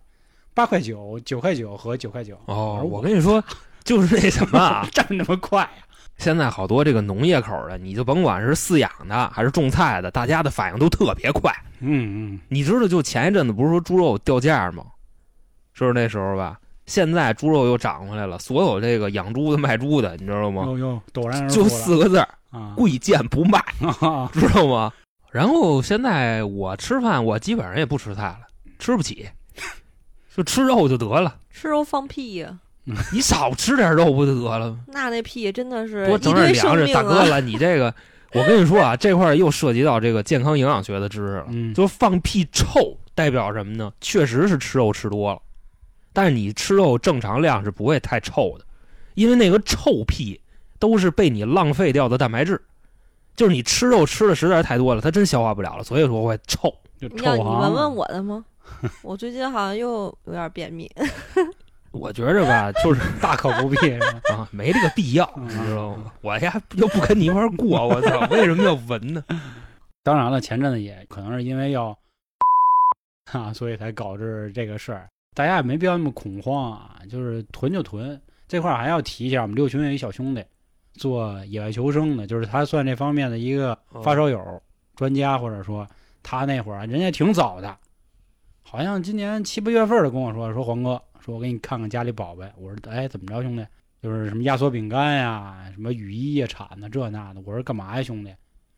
S1: 八块九、九块九和九块九，
S2: 哦，
S1: 我，
S2: 我跟你说，就是那什么啊
S1: *laughs*
S2: *laughs*
S1: 涨这么快呀、
S2: 现在好多这个农业口的，你就甭管是饲养的还是种菜的，大家的反应都特别快。
S1: 嗯嗯，
S2: 你知道，就前一阵子不是说猪肉掉价吗？就是那时候吧。现在猪肉又涨回来了，所有这个养猪的、卖猪的，你知道吗？
S1: 又又陡然而出
S2: 就
S1: 了
S2: 四个字儿：
S1: 啊 *laughs*
S2: 贵贱不卖，
S1: 啊
S2: *laughs* 知道吗？然后现在我吃饭，我基本上也不吃菜了，吃不
S3: *laughs*
S2: 起，就吃肉就得了。
S3: 吃肉放屁呀、
S2: 你少吃点肉不就得了吗？
S3: 那那屁真的是
S2: 多
S3: 一
S2: 整点
S3: 堆
S2: 粮
S3: 生
S2: 食，
S3: 命
S2: 大哥
S3: 啊！
S2: 了，你这个，我跟你说
S3: *laughs*
S2: 啊，这块儿又涉及到这个健康营养学的知识了。
S1: 嗯
S2: 就放屁臭代表什么呢？确实是吃肉吃多了，但是你吃肉正常量是不会太臭的，因为那个臭屁都是被你浪费掉的蛋白质，就是你吃肉吃的实在是太多了，它真消化不了了，所以说会臭。
S1: 就
S3: 你
S1: 臭
S3: 想你
S1: 啊
S3: 闻闻我
S2: *laughs*
S3: 的吗？我最近好像又有点便秘，
S2: 我觉着 *laughs* 吧，就是
S1: 大可
S2: *laughs*
S1: 不必是吧
S2: 啊，没这个必要，
S1: 嗯
S2: 你知道吗？我呀又不跟你一块儿 *laughs* 过，我操，为什么要闻呢？
S1: 当然了，前阵子也可能是因为要 *laughs* 啊，所以才导致这个事儿。大家也没必要那么恐慌啊，就是囤就囤。这块儿还要提一下，我们六群有一小兄弟做野外求生的，就是他算这方面的一个发烧友、专家，或者说他那会儿啊人家挺早的，好像今年七八月份儿的跟我说，说黄哥，说我给你看看家里宝贝。我说，哎，怎么着，兄弟？就是什么压缩饼干呀、什么雨衣呀、铲子这那的。我说干嘛呀，兄弟？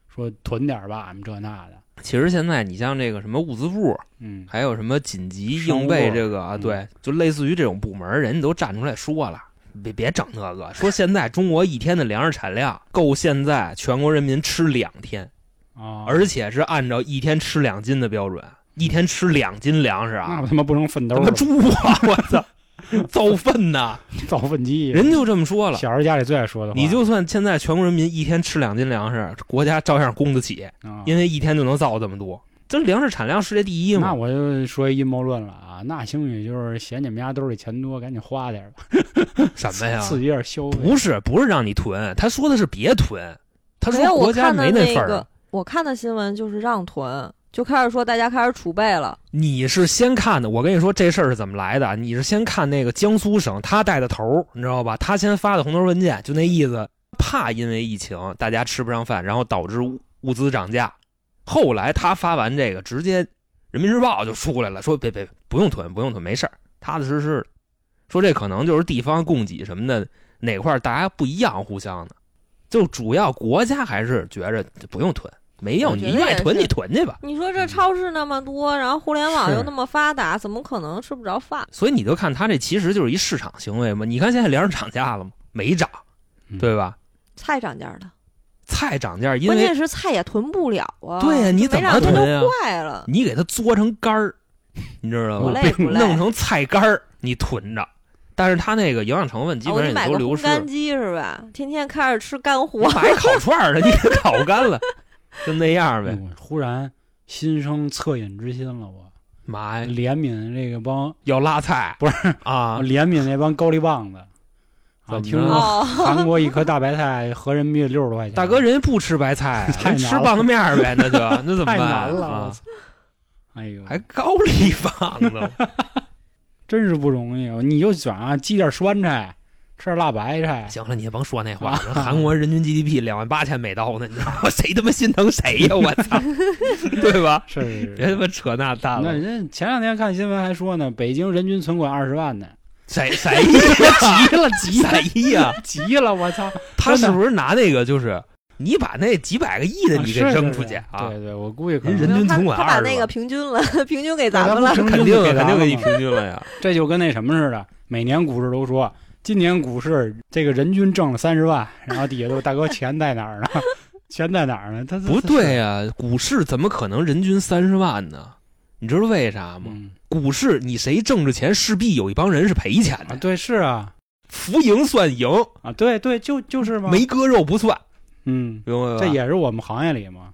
S1: 说囤点儿吧，俺们这那的。
S2: 其实现在你像这个什么物资部，
S1: 嗯，
S2: 还有什么紧急
S1: 商务
S2: 应备
S1: 部
S2: 这个啊，
S1: 嗯
S2: 对，就类似于这种部门，人家都站出来说了。别别整那个！ *laughs* 说现在中国一天的粮食产量够现在全国人民吃两天，
S1: 啊，
S2: 而且是按照一天吃两斤的标准，一天吃两斤粮食
S1: 那
S2: 啊！
S1: 不他妈不成粪兜
S2: 他
S1: 儿
S2: 妈
S1: *laughs* 了，
S2: 猪啊！我 *laughs* 操，造粪呐！
S1: 造粪机。
S2: 人就这么说了，
S1: 小时候家里最爱说的话，
S2: 你就算现在全国人民一天吃两斤粮食，国家照样供得起，
S1: 啊
S2: 因为一天就能造这么多。这粮食产量世界第一
S1: 那
S2: 嘛？
S1: 我就说一阴谋论了啊，那兴许就是嫌你们家兜里钱多，赶紧花点儿吧，
S2: 什么呀？
S1: 刺激点儿消费。
S2: 不是，不是让你囤，他说的是别囤，他
S3: 没有，
S2: 说
S3: 我
S2: 国家
S3: 看的
S2: 没
S3: 那
S2: 份
S3: 个
S2: 儿。，啊
S3: 我看的新闻就是让囤，就开始说大家开始储备了。
S2: 你是先看的，我跟你说这事儿是怎么来的？你是先看那个江苏省，他带的头儿，你知道吧？他先发的红头文件，就那意思，怕因为疫情大家吃不上饭，然后导致物物资涨价。后来他发完这个，直接《人民日报》就出来了，说别别不用囤，不用囤，没事儿，踏踏实实的。说这可能就是地方供给什么的哪块儿大家不一样，互相的，就主要国家还是觉着不用囤，没有
S3: 我
S2: 你
S3: 觉得
S2: 愿
S3: 也
S2: 意囤
S3: 是
S2: 你囤去吧。
S3: 你说
S1: 嗯
S3: 这超市那么多，然后互联网
S1: 是
S3: 又那么发达，怎么可能吃不着饭？
S2: 所以你就看他这其实就是一市场行为嘛。你看现在粮食涨价了吗？没涨
S1: 嗯，
S2: 对吧？
S3: 菜涨价了，
S2: 菜涨价，因
S3: 关
S2: 为
S3: 键是菜也囤不了啊。
S2: 对呀
S3: 呀，
S2: 你怎么
S3: 没两天
S2: 囤呀
S3: 就坏了？
S2: 你给它做成干儿，你知道
S3: 不
S1: 我
S2: 吗？
S3: 累不累？啊
S2: 弄成菜干儿，你囤着，但是它那个营养成分基
S3: 哦，
S2: 本
S3: 你
S2: 上
S3: 买
S2: 也都
S3: 个
S2: 流
S3: 烘
S2: 失。嗯
S3: 干机是吧？天天开始吃干
S2: 我
S3: 货， *laughs*
S2: 买烤串儿的，你给烤干了，就那样呗。
S1: 我哎忽然心生恻隐之心了，我
S2: 妈呀，
S1: 怜悯这个帮，
S2: 要拉菜
S1: 不
S2: 是哎啊
S1: *laughs* 我？怜悯那帮高丽棒子
S2: 怎
S1: 啊！
S2: 么着
S1: 听说
S3: 哦，
S1: 韩国一颗大白菜合人民币六十多块钱，
S2: 大哥，人家不吃白菜，
S1: *laughs* 太
S2: 人
S1: 难
S2: 吃
S1: 了
S2: 棒子面儿呗，那就那怎么
S1: 太
S2: 办
S1: 难了，我
S2: 啊？
S1: 操！哎呦，
S2: 还高丽棒子，
S1: 真是不容易，你就想啊，积点酸菜，吃点辣白菜，
S2: 行了，你也甭说那话。
S1: 啊
S2: 人韩国人均 GDP 两万八千美刀呢，你知道吗？ *laughs* 谁他妈心疼谁呀、我操，对吧？
S1: 是是
S2: 别
S1: 是。
S2: 他妈扯那蛋
S1: 那
S2: 了，
S1: 人家前两天看新闻还说呢，北京人均存款二十万呢，
S2: 谁谁 *laughs* 呀？急了，急了，急呀！
S1: *laughs* 急了，我操！
S2: 他是不是拿那个就是你把那几百个亿的你给
S1: 是
S2: 扔
S1: 是
S2: 出
S1: 是
S2: 去啊？
S1: 对对，我估计可
S2: 人
S1: 能
S2: 人均
S3: 他
S2: 存款
S3: 他把
S2: 20
S3: 那
S2: 吧
S3: 个平均了， *laughs* 平均给咱们了。
S2: 肯定啊
S1: 给咱
S2: 肯定
S1: 了
S2: 给你
S1: 嘛
S2: 平均了呀！
S1: 这就跟那什么似的，每年股市都说今年股市这个人均挣了三十万，然后底下都大哥钱在哪儿呢？钱在哪儿呢？他
S2: 不对，呀、股市怎么可能人均三十万呢？你知道为啥
S1: 他
S2: 吗？
S1: 嗯
S2: 股市你谁挣着钱，势必有一帮人是赔钱
S1: 啊，
S2: 的，
S1: 对是啊
S2: 浮盈算赢，
S1: 啊，对对就就是嘛，
S2: 没割肉不算，
S1: 嗯，
S2: 明白吧？
S1: 这也是我们行业里嘛，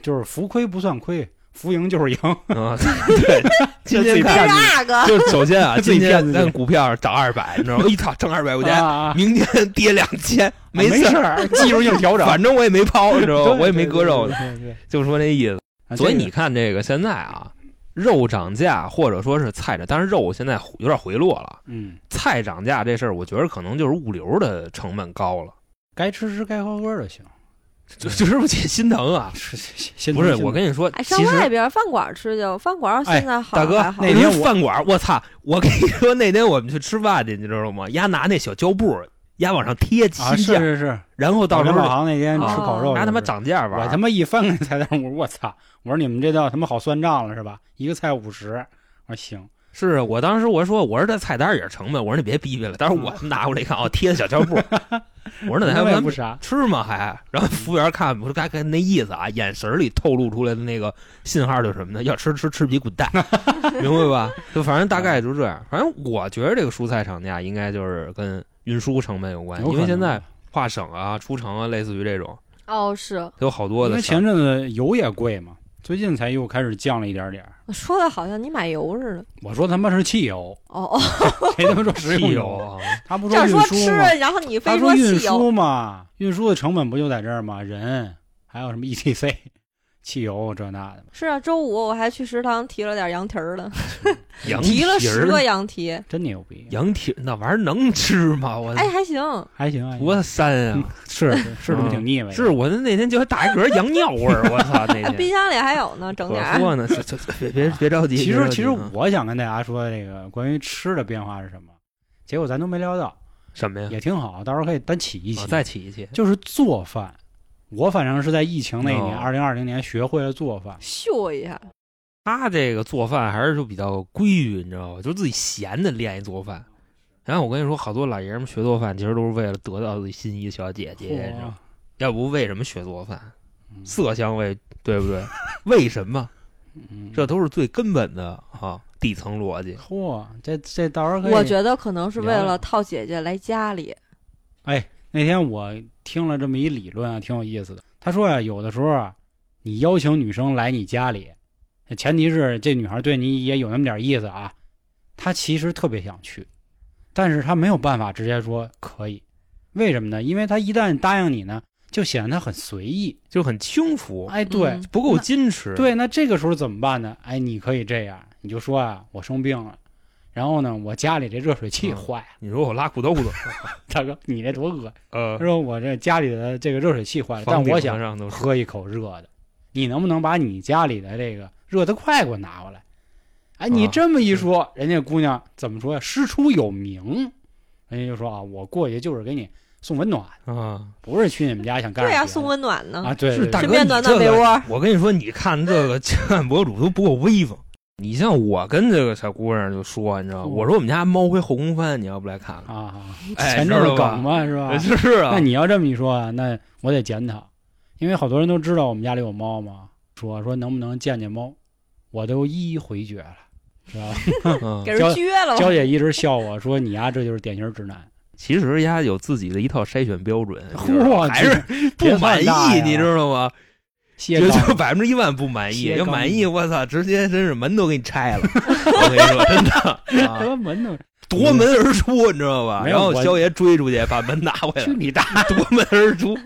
S1: 就是浮亏不算亏，浮盈就是赢，
S2: *laughs* 啊，对，今天
S1: 自己骗
S2: 看
S1: 自己
S3: 那个
S2: 就是首 *laughs* 先啊，
S1: 自己
S2: 今
S1: 骗自
S2: 天
S1: 己
S2: 咱股票涨二百，你知 *laughs* 道吗？一操，挣二百块
S1: 啊
S2: 钱，
S1: 啊，啊
S2: 明天跌两千， *laughs*
S1: 没
S2: 啊事儿，
S1: 儿，技术性调整，
S2: 反正我也没抛，你知道吗？
S1: *laughs* 对
S2: 我也没割肉
S1: 对，对对对对
S2: 就说那意思。
S1: 啊
S2: 所以
S1: 这个
S2: 你看这个现在啊，肉涨价或者说是菜涨，但是肉现在有点回落了。
S1: 嗯，
S2: 菜涨价这事儿，我觉得可能就是物流的成本高了，
S1: 该吃吃该喝喝就行， *laughs*
S2: 就就是不起心疼啊。
S1: 是是是
S2: 嗯不是，我跟你说，
S3: 哎，上
S2: 其实
S3: 外边饭馆吃去，饭馆现在好
S2: 哎大哥
S3: 还，好
S1: 那
S2: 那
S1: 天
S2: 天
S1: 我
S2: 饭馆，我操！我跟你说，那天我们去吃饭去，你知道吗？丫拿那小胶布，丫往上贴
S1: 啊
S2: 新
S1: 是
S2: 价，
S1: 是是，
S2: 然后到时
S1: 我跟老
S2: 候哦
S1: 航那天吃烤肉，
S2: 拿他妈
S1: 涨。
S2: 涨价玩
S1: 我
S2: 儿。
S1: 他妈一翻开菜单，我说我操！我说你们这道他妈好算账了是吧？一个菜五十，我说行，
S2: 是我当时我说，我说这菜单也是成本，我说你别逼逼了。当
S1: *laughs*
S2: 时我拿过来一看，哦，贴的小胶布，我说那还
S1: 我也不
S2: 不
S1: 傻，
S2: 吃吗？还？然后服务员看，我说该该那意思啊，眼神里透露出来的那个信号就是什么呢？要吃吃吃皮滚蛋，明白吧？就反正大概就这样。反正我觉得这个蔬菜涨价应该就是跟运输成本有关，
S1: 有
S2: 因
S1: 可能
S2: 为现在跨省啊、出城啊，类似于这种
S3: 哦，是
S2: 有好多
S1: 因
S2: 的
S1: 为
S2: 事儿。
S1: 前阵子油也贵嘛，最近才又开始降了一点点儿。
S3: 说的好像你买油似的。
S1: 我说他妈是汽油，
S2: *laughs*
S3: 哦哦，
S1: 谁他妈说食用
S2: 汽
S1: 油？
S2: 油啊，
S1: 他不
S3: 这样
S1: 运
S3: 说
S1: 输
S3: 吃，
S1: 吗？
S3: 然后你
S1: 他
S3: 非
S1: 说运
S3: 汽油，
S1: 输嘛，运输的成本不就在这儿吗？人还有什么 ETC，E *laughs* 汽油这那的，
S3: 是啊，周五我还去食堂提了点羊蹄儿了，
S2: 羊蹄
S3: *laughs* 提了十
S2: 儿
S3: 个羊蹄，
S1: 真牛逼，
S2: 羊蹄儿那玩意儿能吃吗？我
S3: 哎，还行，
S1: 还行，还行
S2: 多膻啊！ *laughs*
S1: 是是 *laughs* 是他妈挺腻歪的，
S2: 嗯是我那天就大一格羊尿味儿，我操！那天
S3: 冰箱里还有呢，整点
S2: 哎 *laughs* 可
S3: 儿。
S2: 说呢，这这这别别别着急。
S1: 其
S2: 别
S1: 实
S2: 着急
S1: 其实
S2: 啊
S1: 我想跟大家说这个关于吃的变化是什么，结果咱都没聊到，
S2: 什么呀？
S1: 也挺好，到时候可以单起一
S2: 啊
S1: 啊起。
S2: 嗯再起一起，
S1: 就是做饭，我反正是在疫情那一年，
S2: 哦
S1: 二零二零年学会了做饭。
S3: 秀一下，
S2: 他这个做饭还是就比较规矩，你知道吧？就自己闲的练一做饭。然后我跟你说，好多老爷们儿学做饭，其实都是为了得到自己心仪的小姐姐，你知道
S1: 嚯
S2: 吗要不为什么学做饭？
S1: 嗯
S2: 色香味，对不对？为什么？
S1: 嗯
S2: 这都是最根本的啊，底层逻辑。
S1: 嚯，这这到时
S2: 哎
S1: 候可以。
S3: 我觉得可能是为
S1: 聊聊
S3: 了套姐姐来家里，
S1: 那天我听了这么一理论啊，挺有意思的。他说呀、有的时候啊，你邀请女生来你家里，前提是这女孩对你也有那么点意思啊。她其实特别想去，但是她没有办法直接说可以，为什么呢？因为她一旦答应你呢，就显得她很随意。
S2: 就很轻浮，
S1: 哎，对，
S3: 嗯
S2: 不够矜持。，
S1: 对，那这个时候怎么办呢？哎，你可以这样，你就说啊，我生病了，然后呢，我家里这热水器
S2: 嗯
S1: 坏了。 *laughs*
S2: 你说我拉裤兜子，
S1: 大哥，你这多恶心！
S2: 呃
S1: 他，说我这家里的这个热水器坏了，但
S2: 房顶
S1: 我想
S2: 上都是
S1: 喝一口热的，你能不能把你家里的这个热的快给我拿过来？哎，你
S2: 啊
S1: 这么一说，人家姑娘怎么说呀？师出有名，人家就说啊，我过去就是给你送温暖，
S2: 啊。
S1: 不是去你们家想干
S3: 对
S1: 呀、
S3: 呀、送温暖呢，
S1: 啊，对
S2: 是
S1: 对
S2: 大
S1: 对
S3: 顺
S2: 哥
S3: 便
S2: 你
S3: 暖
S2: 这
S3: 暖被
S2: 个嗯
S3: 窝。
S2: 我跟你说，你看这个情感博主都不够威风。你像我跟这个小姑娘就说，你知道吗，
S1: 嗯
S2: 我说我们家猫会后空翻，你要不来看看？
S1: 啊，
S2: 哎
S1: 前阵
S2: 知
S1: 儿
S2: 道吧
S1: 梗 *laughs* 嘛是吧？
S2: 是啊，
S1: 那你要这么一说啊，那我得检讨，因为好多人都知道我们家里有猫嘛，说说能不能见见猫，我都一一回绝了，知
S3: *laughs*
S1: 道吧？
S2: 嗯
S3: 给人撅了
S1: 娇
S3: 吧，
S1: 姐一直笑我说你呀、这就是典型直男，
S2: 其实丫有自己的一套筛选标准，你知道吗
S1: 嚯，
S2: 还是
S1: 别
S2: 不满
S1: 犯大
S2: 意
S1: 呀，
S2: 你知道吗？
S1: 谢
S2: *laughs* 就
S1: 谢
S2: 就百分之一万不满意，
S1: 斜
S2: 要
S1: 杠
S2: 满意，我操，直接真是门都给你拆了。我跟你说，真的，啊
S1: 得门呢，
S2: *laughs* 夺门而出，你知道吧？
S1: 没有
S2: 然后
S1: 我
S2: 肖爷追出去，把门拿回
S1: 去
S2: 来，
S1: 你大！
S2: 夺门而出。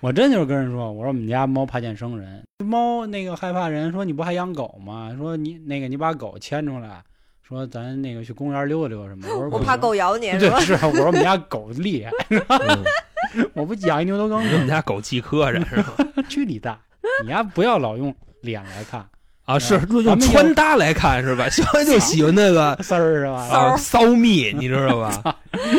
S1: 我真就是跟人说，我说我们家猫怕见生人，猫那个害怕人，说你不还养狗吗？说你那个你把狗牵出来，说咱那个去公园溜达溜达什么？我说
S3: 我
S1: 不
S3: 怕
S1: 行
S3: 狗咬你是
S1: 对
S3: 吧？
S1: 是，啊我说我们家狗厉害， *laughs*
S2: 嗯
S1: 我不养一牛头梗
S2: 你
S1: 狗
S2: 们家狗气磕碜是吧？
S1: 去你大！你呀，不要老用脸来看
S2: 啊，是
S1: 嗯咱
S2: 用
S1: 们有
S2: 穿搭来看是吧？肖爷就喜欢那个
S1: 丝儿是吧？
S2: 啊骚蜜，你知
S1: *laughs*
S2: 道吧？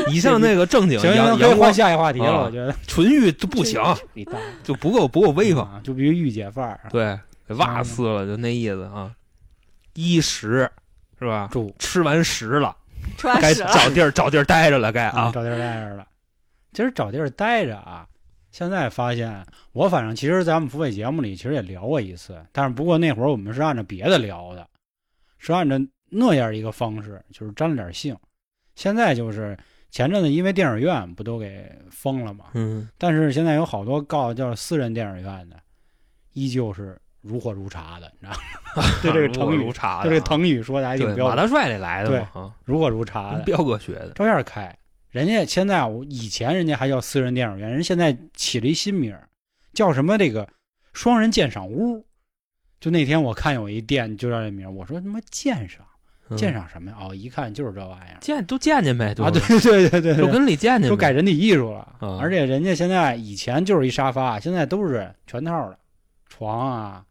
S2: 你像那个正经
S1: 行
S2: 阳
S1: 行，可以
S2: 阳
S1: 换
S2: 光
S1: 下一话题了，
S2: 啊
S1: 我觉
S2: *laughs*
S1: 得
S2: 纯欲就不行，
S1: 你大
S2: 就不够不够威风。
S1: 啊，就必须御姐范儿。
S2: 对，给袜
S1: 嗯
S2: 撕了就那意思啊。衣食是吧？
S1: 住
S2: 吃完食了，
S3: 吃完
S2: 该
S3: 屎了，
S2: 找地儿找地儿待着了，该
S1: 啊，
S2: 啊。
S1: 找地儿待着了。其实找地儿待着啊，现在发现我反正其实咱们付费节目里其实也聊过一次，但是不过那会儿我们是按照别的聊的，是按照那样一个方式，就是沾了点性。现在就是前阵子因为电影院不都给封了嘛，
S2: 嗯，
S1: 但是现在有好多告叫私人电影院的，依旧是如火如茶的，你知道吗？ *laughs* 对这个
S2: 如火
S1: 成语
S2: 如，茶
S1: 对
S2: 的啊，
S1: 这个成语说的还挺
S2: 对
S1: 标
S2: 马
S1: 准，
S2: 大帅那来的嘛
S1: 如火如
S2: 啊，
S1: 茶的
S2: 跟。彪哥学的。
S1: 照样开。人家现在我以前人家还叫私人电影院，人现在起了一新名儿，叫什么这个双人鉴赏屋。就那天我看有一店就叫这名儿，我说他妈鉴赏
S2: 嗯
S1: 鉴赏什么呀？哦，一看就是这玩意儿
S2: 见都见见呗，
S1: 啊！
S2: 就
S1: 对
S2: 是
S1: 对对对
S2: 就
S1: 对，
S2: 跟里见见呗，
S1: 都改人体艺术了。
S2: 嗯
S1: 而且人家现在以前就是一沙发，现在都是全套的，床啊、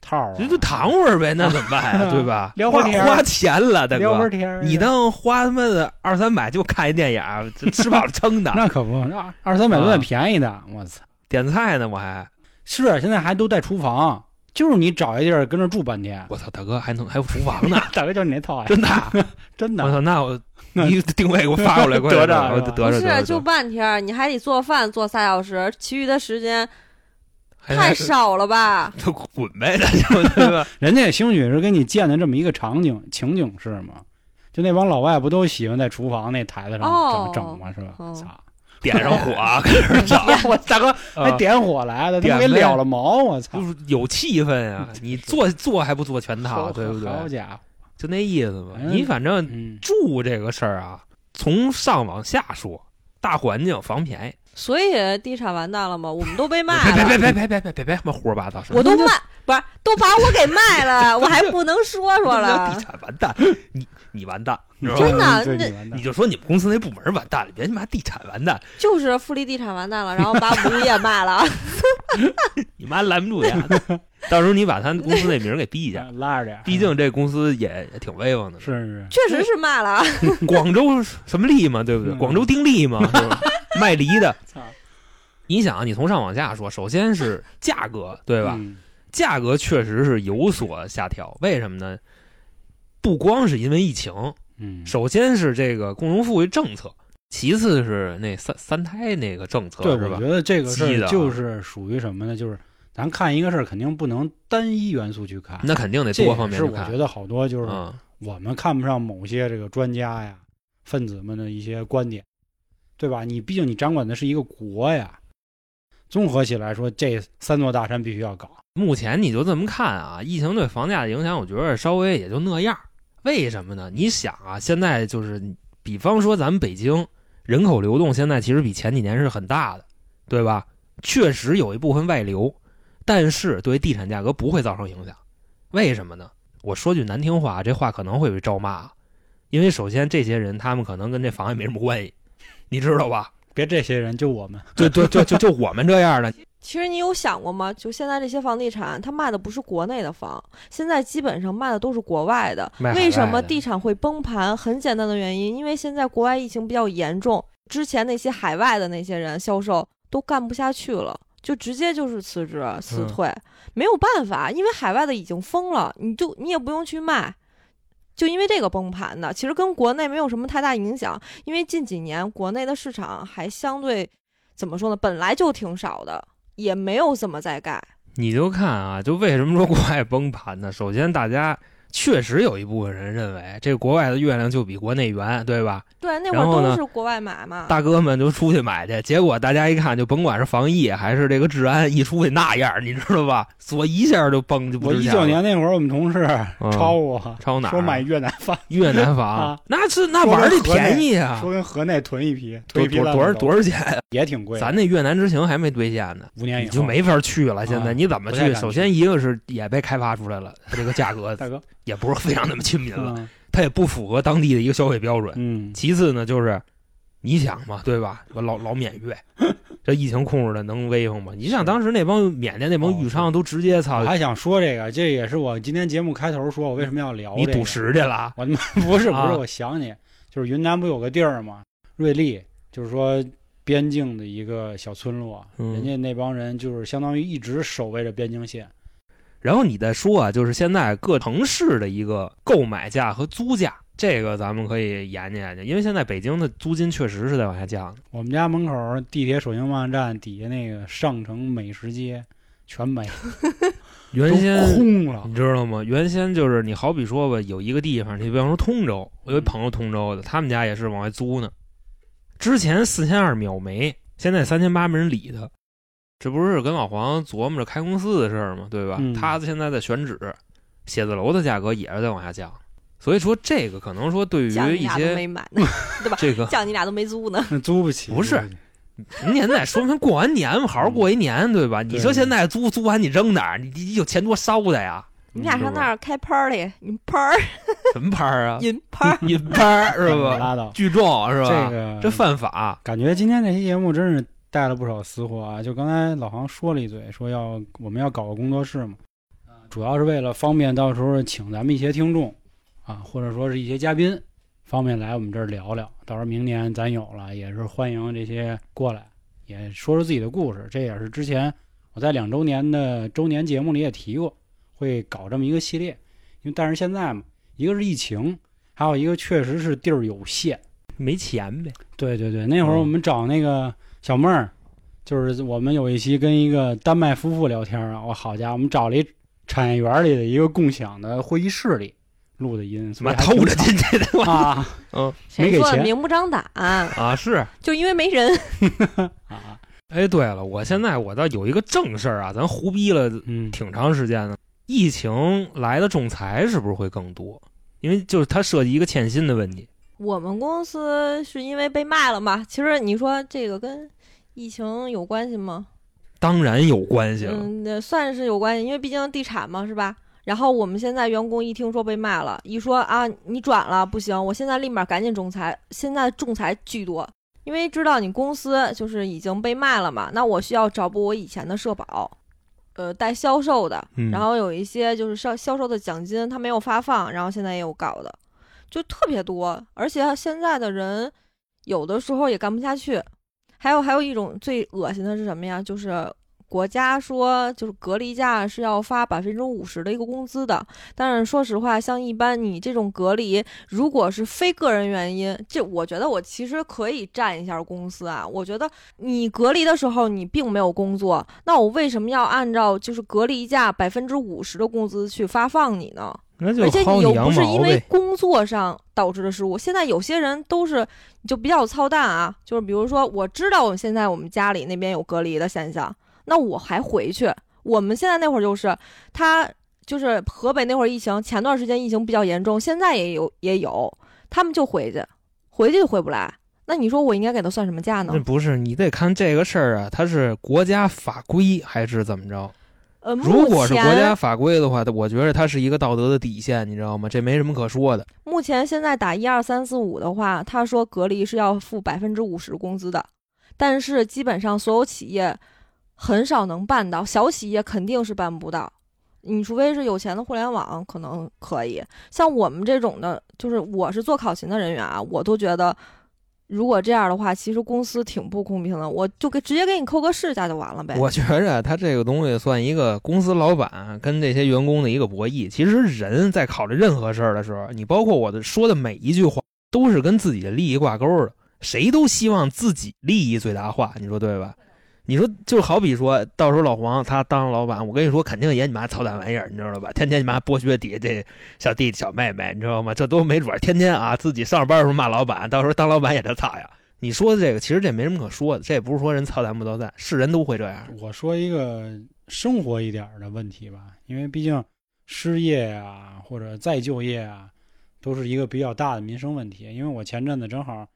S1: 套啊，
S2: 这就躺会儿呗，那怎么
S1: *laughs*
S2: 办呀？
S1: 啊
S2: 对吧？
S1: 聊会
S2: 花
S1: 儿天儿
S2: 花钱了，大
S1: 聊会儿
S2: 哥，
S1: 天儿。
S2: 你当花他妈的二三百就看一电影，这吃饱了撑的，
S1: *laughs* 那可不，那二二三百多块
S2: 啊
S1: 便宜的，我操！
S2: 点菜呢我还，
S1: 是现在还都带厨房，就是你找一地儿跟这儿住半天，
S2: 我操，大哥还能还有厨房呢，
S1: 大哥就是你那套呀，
S2: 真的啊。
S1: *laughs* 真
S2: 我
S1: 的。
S2: 操，那
S1: *laughs*
S2: 我你定位给我发过来，快
S1: 得
S2: 点
S1: 着
S2: 我
S1: 是吧
S2: 得着
S3: 不
S2: 得
S3: 是啊
S2: 着，
S3: 就半天儿，你还得做饭做仨小时，其余的时间
S2: 还
S3: 太少了吧？
S2: 就滚呗，那就
S1: *laughs*
S2: 对吧？
S1: 人家也兴许是给你建的这么一个场景情景式嘛，就那帮老外不都喜欢在厨房那台子上
S3: 哦
S1: 整整嘛，是吧？
S3: 哦
S1: 操，
S2: 点上火啊，开始找，
S1: *laughs* 我大
S2: *laughs*
S1: 哥还
S2: 啊
S1: 点火来了，他
S2: 点
S1: 妈给
S2: 呗
S1: 燎了毛，我操
S2: 就！是有气
S1: *laughs*
S2: 氛啊！你做做还不做全套，
S1: 好
S2: 对不对？
S1: 好家伙，
S2: 就那意思吧。
S1: 嗯
S2: 你反正
S1: 嗯
S2: 住这个事儿啊，从上往下说，大环境房便宜。
S3: 所以地产完蛋了吗？我们都被卖
S2: 别别别别别
S3: 了，
S2: 别别别别他妈胡说八道！
S3: 我都卖，不是都把我给卖了，我还不能说说
S2: 叫
S3: 了
S2: 地。产完蛋，你你完蛋，你知道
S3: 真
S2: 吗？
S3: 的啊
S1: 对
S3: 那
S1: 嗯你完蛋
S2: 你就说你们公司那部门完蛋了，别你妈地产完蛋，
S3: 就是富力地产完蛋了，然后把我们物业卖了，
S2: 你妈拦不住呀！到时候你把他公司那名儿给逼一下，
S1: 拉着点儿，
S2: 啊毕竟这公司也也挺威风的。
S1: 是是
S3: 确实是卖了。 *laughs*
S2: 广州什么利嘛，对不对？
S1: 嗯
S2: 广州丁力嘛，是吧？卖梨的
S1: 操。
S2: 你想，你从上往下说，首先是价格，对
S1: 对
S2: 吧？
S1: 嗯
S2: 价格确实是有所下调，为什么呢？不光是因为疫情，
S1: 嗯，
S2: 首先是这个共同富裕政策，其次是那三三胎那个政策，
S1: 对，
S2: 是
S1: 我
S2: 吧
S1: 觉？得这个事
S2: 鸡的
S1: 儿
S2: 啊
S1: 就是属于什么呢？就是咱看一个事儿，肯定不能单一元素去看，
S2: 那肯定得
S1: 这
S2: 多方
S1: 也
S2: 面
S1: 是
S2: 去
S1: 我
S2: 看
S1: 觉。得好多就是
S2: 嗯，
S1: 我们看不上某些这个专家呀、分子们的一些观点，对吧？你毕竟你掌管的是一个国呀，综合起来说，这三座大山必须要搞。
S2: 目前你就这么看啊，疫情对房价的影响，我觉得稍微也就那样。为什么呢？你想啊，现在就是，比方说咱们北京人口流动，现在其实比前几年是很大的，对吧？确实有一部分外流，但是对地产价格不会造成影响。为什么呢？我说句难听话，这话可能会被招骂啊，因为首先这些人他们可能跟这房也没什么关系，你知道 *laughs* 吧？
S1: 别这些人，就我们，
S2: 就就就就就我们这样的，
S3: 其实你有想过吗？就现在这些房地产，它卖的不是国内的房，现在基本上卖的都是国外的。
S2: 卖海外的
S3: 为什么地产会崩盘？很简单的原因，因为现在国外疫情比较严重，之前那些海外的那些人销售都干不下去了。就直接就是辞职
S2: 嗯
S3: 辞退，没有办法，因为海外的已经封了，你就你也不用去卖，就因为这个崩盘的，其实跟国内没有什么太大影响，因为近几年国内的市场还相对怎么说呢，本来就挺少的，也没有怎么在盖。
S2: 你就看啊，就为什么说国外崩盘呢？首先，大家确实有一部分人认为这国外的月亮就比国内圆，对吧？
S3: 对，那会
S2: 然后
S3: 儿
S2: 呢
S3: 都是国外买嘛。
S2: 大哥们就出去买去，结果大家一看，就甭管是防疫还是这个治安，一出去那样儿，你知道吧？所以一下就崩就不
S1: 我
S2: 值
S1: 一
S2: 钱
S1: 九
S2: 了
S1: 年那会儿，我们同事
S2: 嗯
S1: 抄我，
S2: 超哪儿
S1: 说买越南饭，
S2: 越南
S1: *laughs*
S2: 房，
S1: 啊
S2: 那是那
S1: 说
S2: 玩儿
S1: 跟
S2: 的
S1: 河
S2: 便
S1: 内
S2: 宜啊
S1: 说，跟河内囤一批，囤
S2: 多
S1: 一批
S2: 多多少多
S1: 少
S2: 少钱啊？
S1: 也挺贵的，
S2: 咱那越南之行还没兑现呢。
S1: 五年以
S2: 你
S1: 后
S2: 就没法去了，现在
S1: 啊
S2: 你怎么
S1: 不太
S2: 去？
S1: 敢
S2: 首
S1: 去
S2: 先，一个是也被开发出来了，它这个价
S1: *laughs*
S2: 格
S1: 大哥，
S2: 也不是非常那么亲民了。
S1: 嗯
S2: 它也不符合当地的一个消费标准。
S1: 嗯，
S2: 其次呢，就是你想嘛，对吧？我老老缅
S1: *laughs*
S2: 越，这疫情控制的能威风吗？你想当时那帮缅甸那帮
S1: 哦
S2: 豫商都直接
S1: 我
S2: 操，
S1: 还想说这个，这也是我今天节目开头说我为什么要聊
S2: 你
S1: 这个
S2: 赌石去了？
S1: 我他妈 *laughs* 不是不
S2: 啊
S1: 是，我想起就是云南不有个地儿吗？瑞丽，就是说边境的一个小村落，
S2: 嗯
S1: 人家那帮人就是相当于一直守卫着边境线。
S2: 然后你再说啊，就是现在各城市的一个购买价和租价，这个咱们可以研究研究，因为现在北京的租金确实是在往下降的。
S1: 我们家门口地铁首兴万站底下那个上城美食街全没了，
S2: 原
S1: 都
S2: 先嗯
S1: 空了。
S2: 你知道吗？原先就是你好比说吧，有一个地方，你比方说通州，我有一朋友通州的，他们家也是往外租呢。之前四千二秒没，现在三千八没人理他。这不是跟老黄琢磨着开公司的事儿吗？对吧？
S1: 嗯
S2: 他现在在选址，写字楼的价格也是在往下降。所以说这个可能说对于
S3: 讲
S2: 一
S3: 你俩都
S2: 些嗯
S3: 没买 *laughs* 呢，
S2: *laughs* 这个，
S3: 讲你俩都没
S2: *laughs*
S3: 租呢。
S1: 那租不起，
S2: 不
S1: 租
S2: 是
S1: 起
S2: 您现在说明过完年嘛，好好过一年，对吧？你说
S1: 对
S2: 现在租租完你扔哪儿？你你有钱多烧的呀？
S3: 你俩
S1: 嗯
S3: 上那儿开 party，你 party？
S2: 什么牌儿啊
S3: 银
S2: *laughs*
S3: party，
S2: 一班是吧？
S1: 拉倒，
S2: 聚众是吧？
S1: 这个
S2: 嗯这嗯犯法，
S1: 感觉今天这期节目真是带了不少私货啊！就刚才老航说了一嘴，说要我们要搞个工作室嘛，主要是为了方便到时候请咱们一些听众啊，或者说是一些嘉宾，方便来我们这儿聊聊。到时候明年咱有了，也是欢迎这些过来，也说说自己的故事。这也是之前我在两周年的周年节目里也提过，会搞这么一个系列。因为但是现在嘛，一个是疫情，还有一个确实是地儿有限。
S2: 没钱呗。
S1: 对对对，那会儿
S2: 嗯
S1: 我们找那个小妹儿，就是我们有一期跟一个丹麦夫妇聊天啊，我好家伙，我们找了一产业园里的一个共享的会议室里录的音，
S2: 怎
S1: 所
S2: 么
S1: 以还
S2: 偷着进去的 *laughs*
S1: 挺啊没
S3: 谁
S1: 给
S3: 说的
S1: 钱
S3: 明目张胆？
S2: 啊？是。
S3: 就因为没人。
S1: 啊， *laughs*
S2: 哎，对了，我现在我倒有一个正事儿啊，咱胡逼了
S1: 嗯，
S2: 挺长时间的。疫情来的仲裁是不是会更多？因为就是它涉及一个欠薪的问题。
S3: *laughs* 我们公司是因为被卖了嘛？其实你说这个跟疫情有关系吗？
S2: 当然有关系了。
S3: 嗯，那算是有关系，因为毕竟地产嘛，是吧？然后我们现在员工一听说被卖了，一说啊，你转了不行，我现在立马赶紧仲裁。现在仲裁巨多，因为知道你公司就是已经被卖了嘛，那我需要找补我以前的社保，呃，带销售的，
S2: 嗯
S3: 然后有一些就是销销售的奖金他没有发放，然后现在也有搞的，就特别多。而且现在的人有的时候也干不下去。还有还有一种最恶心的是什么呀？就是国家说就是隔离假是要发百分之五十的一个工资的，但是说实话，像一般你这种隔离，如果是非个人原因，这我觉得我其实可以站一下公司啊。我觉得你隔离的时候你并没有工作，那我为什么要按照就是隔离假百分之五十的工资去发放你呢？
S2: 那就
S3: 而且
S2: 薅
S3: 你又
S2: 羊
S3: 不是
S2: 毛
S3: 因为
S2: 呗。
S3: 工作上导致的失误，现在有些人都是你就比较操蛋啊，就是比如说我知道我们现在我们家里那边有隔离的现象，那我还回去。我们现在那会儿就是他就是河北那会儿疫情，前段时间疫情比较严重，现在也有也有，他们就回去，回去就回不来。那你说我应该给他算什么价呢
S2: 那？不是你得看这个事儿啊，它是国家法规还是怎么着？
S3: 呃，
S2: 如果是
S3: 目
S2: 国
S3: 前
S2: 家法规的话，我觉得它是一个道德的底线，你知道吗？这没什么可说的。
S3: 目前现在打一二三四五的话，他说隔离是要付百分之五十工资的，但是基本上所有企业很少能办到，小企业肯定是办不到。你除非是有钱的互联网，可能可以。像我们这种的，就是我是做考勤的人员啊，我都觉得，如果这样的话，其实公司挺不公平的。我就给直接给你扣个市价就完了呗。
S2: 我觉着他这个东西算一个公司老板跟这些员工的一个博弈。其实人在考虑任何事儿的时候，你包括我的说的每一句话，都是跟自己的利益挂钩的。谁都希望自己利益最大化，你说对吧？你说就好比说到时候老黄他当老板，我跟你说肯定也你妈操蛋玩意儿，你知道吧？天天你妈剥削底下这小弟弟小妹妹，你知道吗？这都没准儿天天啊自己上班的时候骂老板，到时候当老板也得操呀。你说的这个其实这没什么可说的，这也不是说人操蛋不操蛋，是人都会这样。
S1: 我说一个生活一点儿的问题吧，因为毕竟失业啊或者再就业啊，都是一个比较大的民生问题。因为我前阵子正好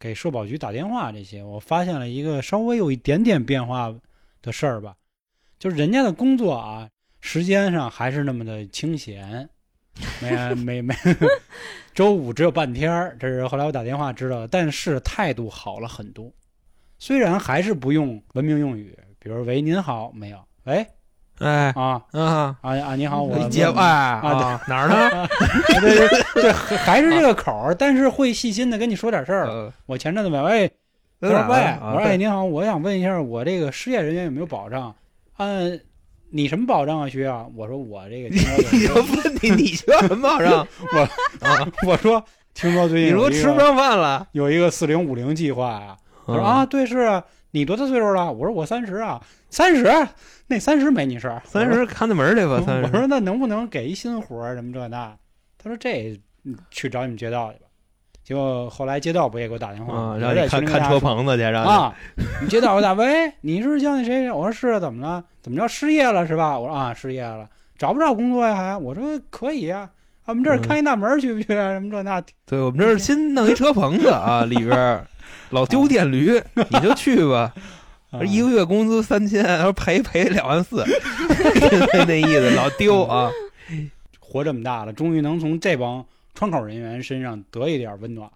S1: 给社保局打电话，这些我发现了一个稍微有一点点变化的事儿吧，就是人家的工作啊，时间上还是那么的清闲，没没 *laughs* 没，周五只有半天儿，这是后来我打电话知道的，但是态度好了很多。虽然还是不用文明用语，比如“喂，您好”没有，“喂
S2: 哎
S1: 啊
S2: 啊，
S1: 啊啊，你好，我
S2: 你接哎啊
S1: 啊
S2: 哪儿呢？
S1: 对对对对，还是这个口儿，但是会细心的跟你说点事儿了。
S2: *laughs* 呃
S1: 我前阵子买，喂，我
S2: 在
S1: 说
S2: 哪儿呢
S1: 喂，
S2: 啊
S1: 我说哎，
S2: 对
S1: 您好，我想问一下，我这个失业人员有没有保障？嗯，你什么保障啊，徐啊？我说我这个听
S2: *laughs* 你就
S1: 说，
S2: 问你你学什么保
S1: *laughs*
S2: 障？ *laughs*
S1: 我说听说最
S2: 你
S1: 近
S2: 说
S1: 有
S2: 吃
S1: 一
S2: 不嗯
S1: 个
S2: 上饭了？
S1: 有一个四零五零计划啊，我说啊，对是啊，你多大岁数了？我说我三十啊，三十，那三十没你事儿，
S2: 三十看得门儿去吧，三
S1: 我说
S2: 十。
S1: 那能不能给一新活儿什么这那？他说这嗯去找你们街道去吧。结果后来街道不也给我打电话吗，
S2: 啊，
S1: 我
S2: 让
S1: 在
S2: 你看
S1: 群里
S2: 看
S1: 跟大
S2: 车
S1: 家
S2: 棚子去，让
S1: 说
S2: 你
S1: 啊！你街道我打喂，你是叫那谁谁？我说是啊，怎么了？怎么着失业了是吧？我说啊失业了，找不着工作呀还？我说可以呀、啊，我们这儿
S2: 嗯
S1: 开一大门儿去不去啊？什么这那？
S2: 对我们这儿新弄一车棚子啊，里边儿老丢电驴，你就去
S1: 啊
S2: 吧。一个月工资三千，然后赔赔两万四， *laughs* 那那意思老丢啊。
S1: 活这么大了，终于能从这帮窗口人员身上得一点温暖了。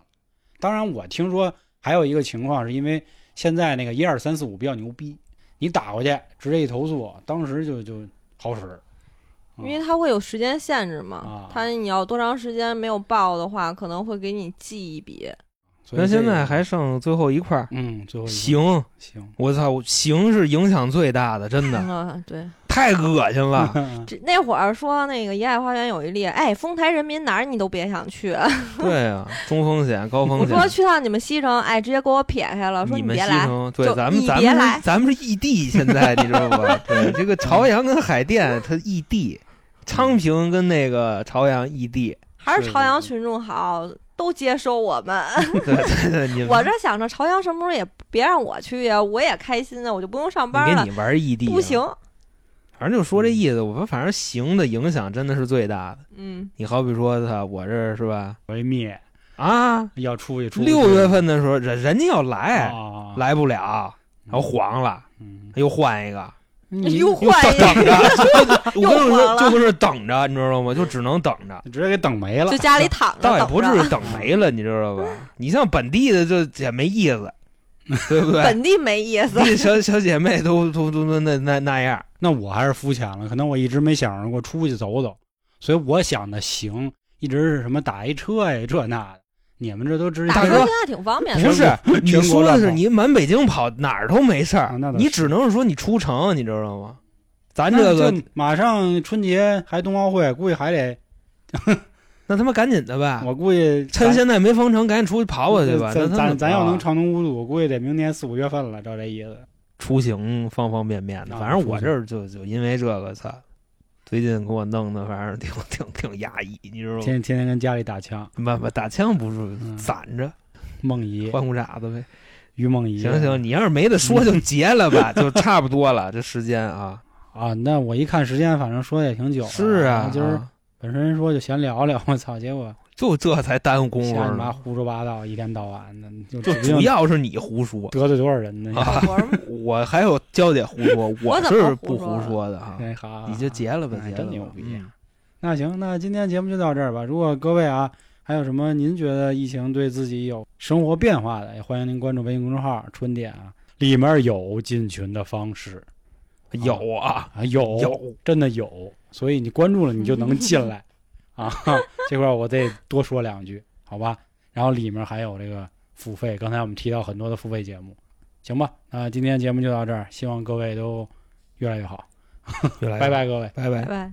S1: 当然，我听说还有一个情况，是因为现在那个一二三四五比较牛逼，你打过去直接一投诉，当时就就好使。
S2: 嗯
S3: 因为它会有时间限制嘛
S1: 啊，
S3: 它你要多长时间没有报的话，可能会给你记一笔。
S1: 所以
S2: 那现
S1: 这个
S2: 在还剩最后一块儿，
S1: 嗯，最后一个
S2: 行，
S1: 行，
S2: 我操，行是影响最大的，啊真
S3: *laughs*
S2: 的
S3: 嗯，对，
S2: 太恶
S1: *laughs*
S2: 心了。
S3: 这那会儿说那个《野爱花园》有一例，哎，丰台人民哪儿你都别想
S2: *laughs*
S3: 去。
S2: 对啊，中风险、高风
S3: 我
S2: 险。
S3: 说去趟你们西城，哎，直接给我撇开了，说
S2: 你们
S3: 别
S2: 西
S3: 来。
S2: 城，对，
S3: 就
S2: 咱们
S3: 你
S2: 咱
S3: 别
S2: 们是
S3: 来
S2: 咱们是异地，现在你知道
S3: *laughs*
S2: 吧？对，这个朝阳跟海淀它异地，昌平跟那个朝阳异地。
S3: 还
S1: 是
S3: 是朝阳群众好，都接收我们。
S2: 对对 *laughs* 对， *laughs* 你们
S3: 我这想着朝阳什么时候也别让我去呀，我也开心啊，我就不用上
S2: 我
S3: 班
S2: 给
S3: 了。
S2: 你玩异地、啊
S3: 不行，，
S2: 反正就说这意思。我说反正行的影响真的是最大的。
S3: 嗯，
S2: 你好比说他，我这是吧？
S1: 维密
S2: 啊，
S1: 要出去出不去
S2: 六月份的哎时候人人家
S1: 啊
S2: 要来，
S1: 啊，
S2: 来不了，然后黄了，
S1: 嗯，
S2: 又换一个，
S1: 你
S3: 又
S2: 又
S3: 换一
S2: 等
S3: 个，
S2: 着。
S3: *laughs*
S2: 我跟你
S3: 又
S2: 说，
S3: 黄了
S2: 就跟是等着，你知道吗？就只能等着。
S1: 你直接给等没了
S3: 就。家里躺着
S2: 倒也
S3: 等
S2: 不至
S3: 着。
S2: 于等没了，你知道吧？你像本地的就也没意思，对不对？
S3: 本地没意
S2: *laughs*
S3: 思，
S2: 地小小姐妹都都都都那那那样，
S1: 那我还是肤浅了，可能我一直没想着过出去走走，所以我想的行，一直是什么打一车呀，这那的。你们这都直接
S3: 打
S2: 大
S3: 车
S2: 哥
S3: 现在挺方便的。
S2: 不是 *laughs* 你
S1: 全国
S2: 说的
S1: 乱
S2: 是
S1: 跑
S2: 你满北京跑哪儿都没事
S1: 啊
S2: 儿
S1: 那，倒是
S2: 你只能是说你出城，你知道吗？咱
S1: 那
S2: 这个
S1: 就马上春节还冬奥会，估计还得
S2: 那他妈赶紧的吧，
S1: 我估计
S2: 趁
S1: 咱
S2: 现在没封城，赶紧出去跑跑去吧。那
S1: 咱
S2: 他
S1: 咱
S2: 们
S1: 咱要
S2: 啊
S1: 能畅通无阻，我估计得明年四五月份了，照这意思。
S2: 出行方方面面的，
S1: 啊
S2: 反正我
S1: 出行
S2: 这儿就就因为这个操，最近给我弄的，反正挺挺挺压抑，你知道吗？
S1: 天天天跟家里打枪，
S2: 不不，打枪不是
S1: 嗯
S2: 攒着，
S1: 梦怡、
S2: 换裤衩子呗。
S1: 于梦怡，
S2: 行行，你要是没得说就结了吧，就差不多了，这时
S1: *laughs*
S2: 间啊，
S1: 啊！那我一看时间，反正说的也挺久了，
S2: 是啊，
S1: 今儿
S2: 啊
S1: 本身说就闲聊聊，我操，结果
S2: 就这才耽误功夫
S1: 瞎你妈
S2: 呢。
S1: 胡说八道，一天到晚的，就
S2: 就
S1: 指定
S2: 主要是你胡说，
S1: 得罪多少人呢？
S2: 啊 *laughs*
S3: 我说
S2: 我还有娇姐胡说，
S3: 我怎么
S2: 是不
S3: 胡说
S2: 胡
S3: 了
S2: 说的哈。
S1: 哎，好，
S2: 你就结了吧，
S1: 哎
S2: 结了
S1: 真
S2: 吧
S1: 牛逼
S2: 嗯
S1: 那行，那今天节目就到这儿吧。如果各位啊，还有什么您觉得疫情对自己有生活变化的，也欢迎您关注微信公众号“春点”啊，里面有进群的方式
S2: 有啊，
S1: 啊，有
S2: 有，
S1: 真的有，所以你关注了你就能进来啊。 *laughs* 这块儿我得多说两句，好吧？然后里面还有这个付费，刚才我们提到很多的付费节目，行吧？那今天节目就到这儿，希望各位都越来越好，
S2: 越来越
S1: 拜拜，各位。
S2: 拜拜
S3: 拜。拜。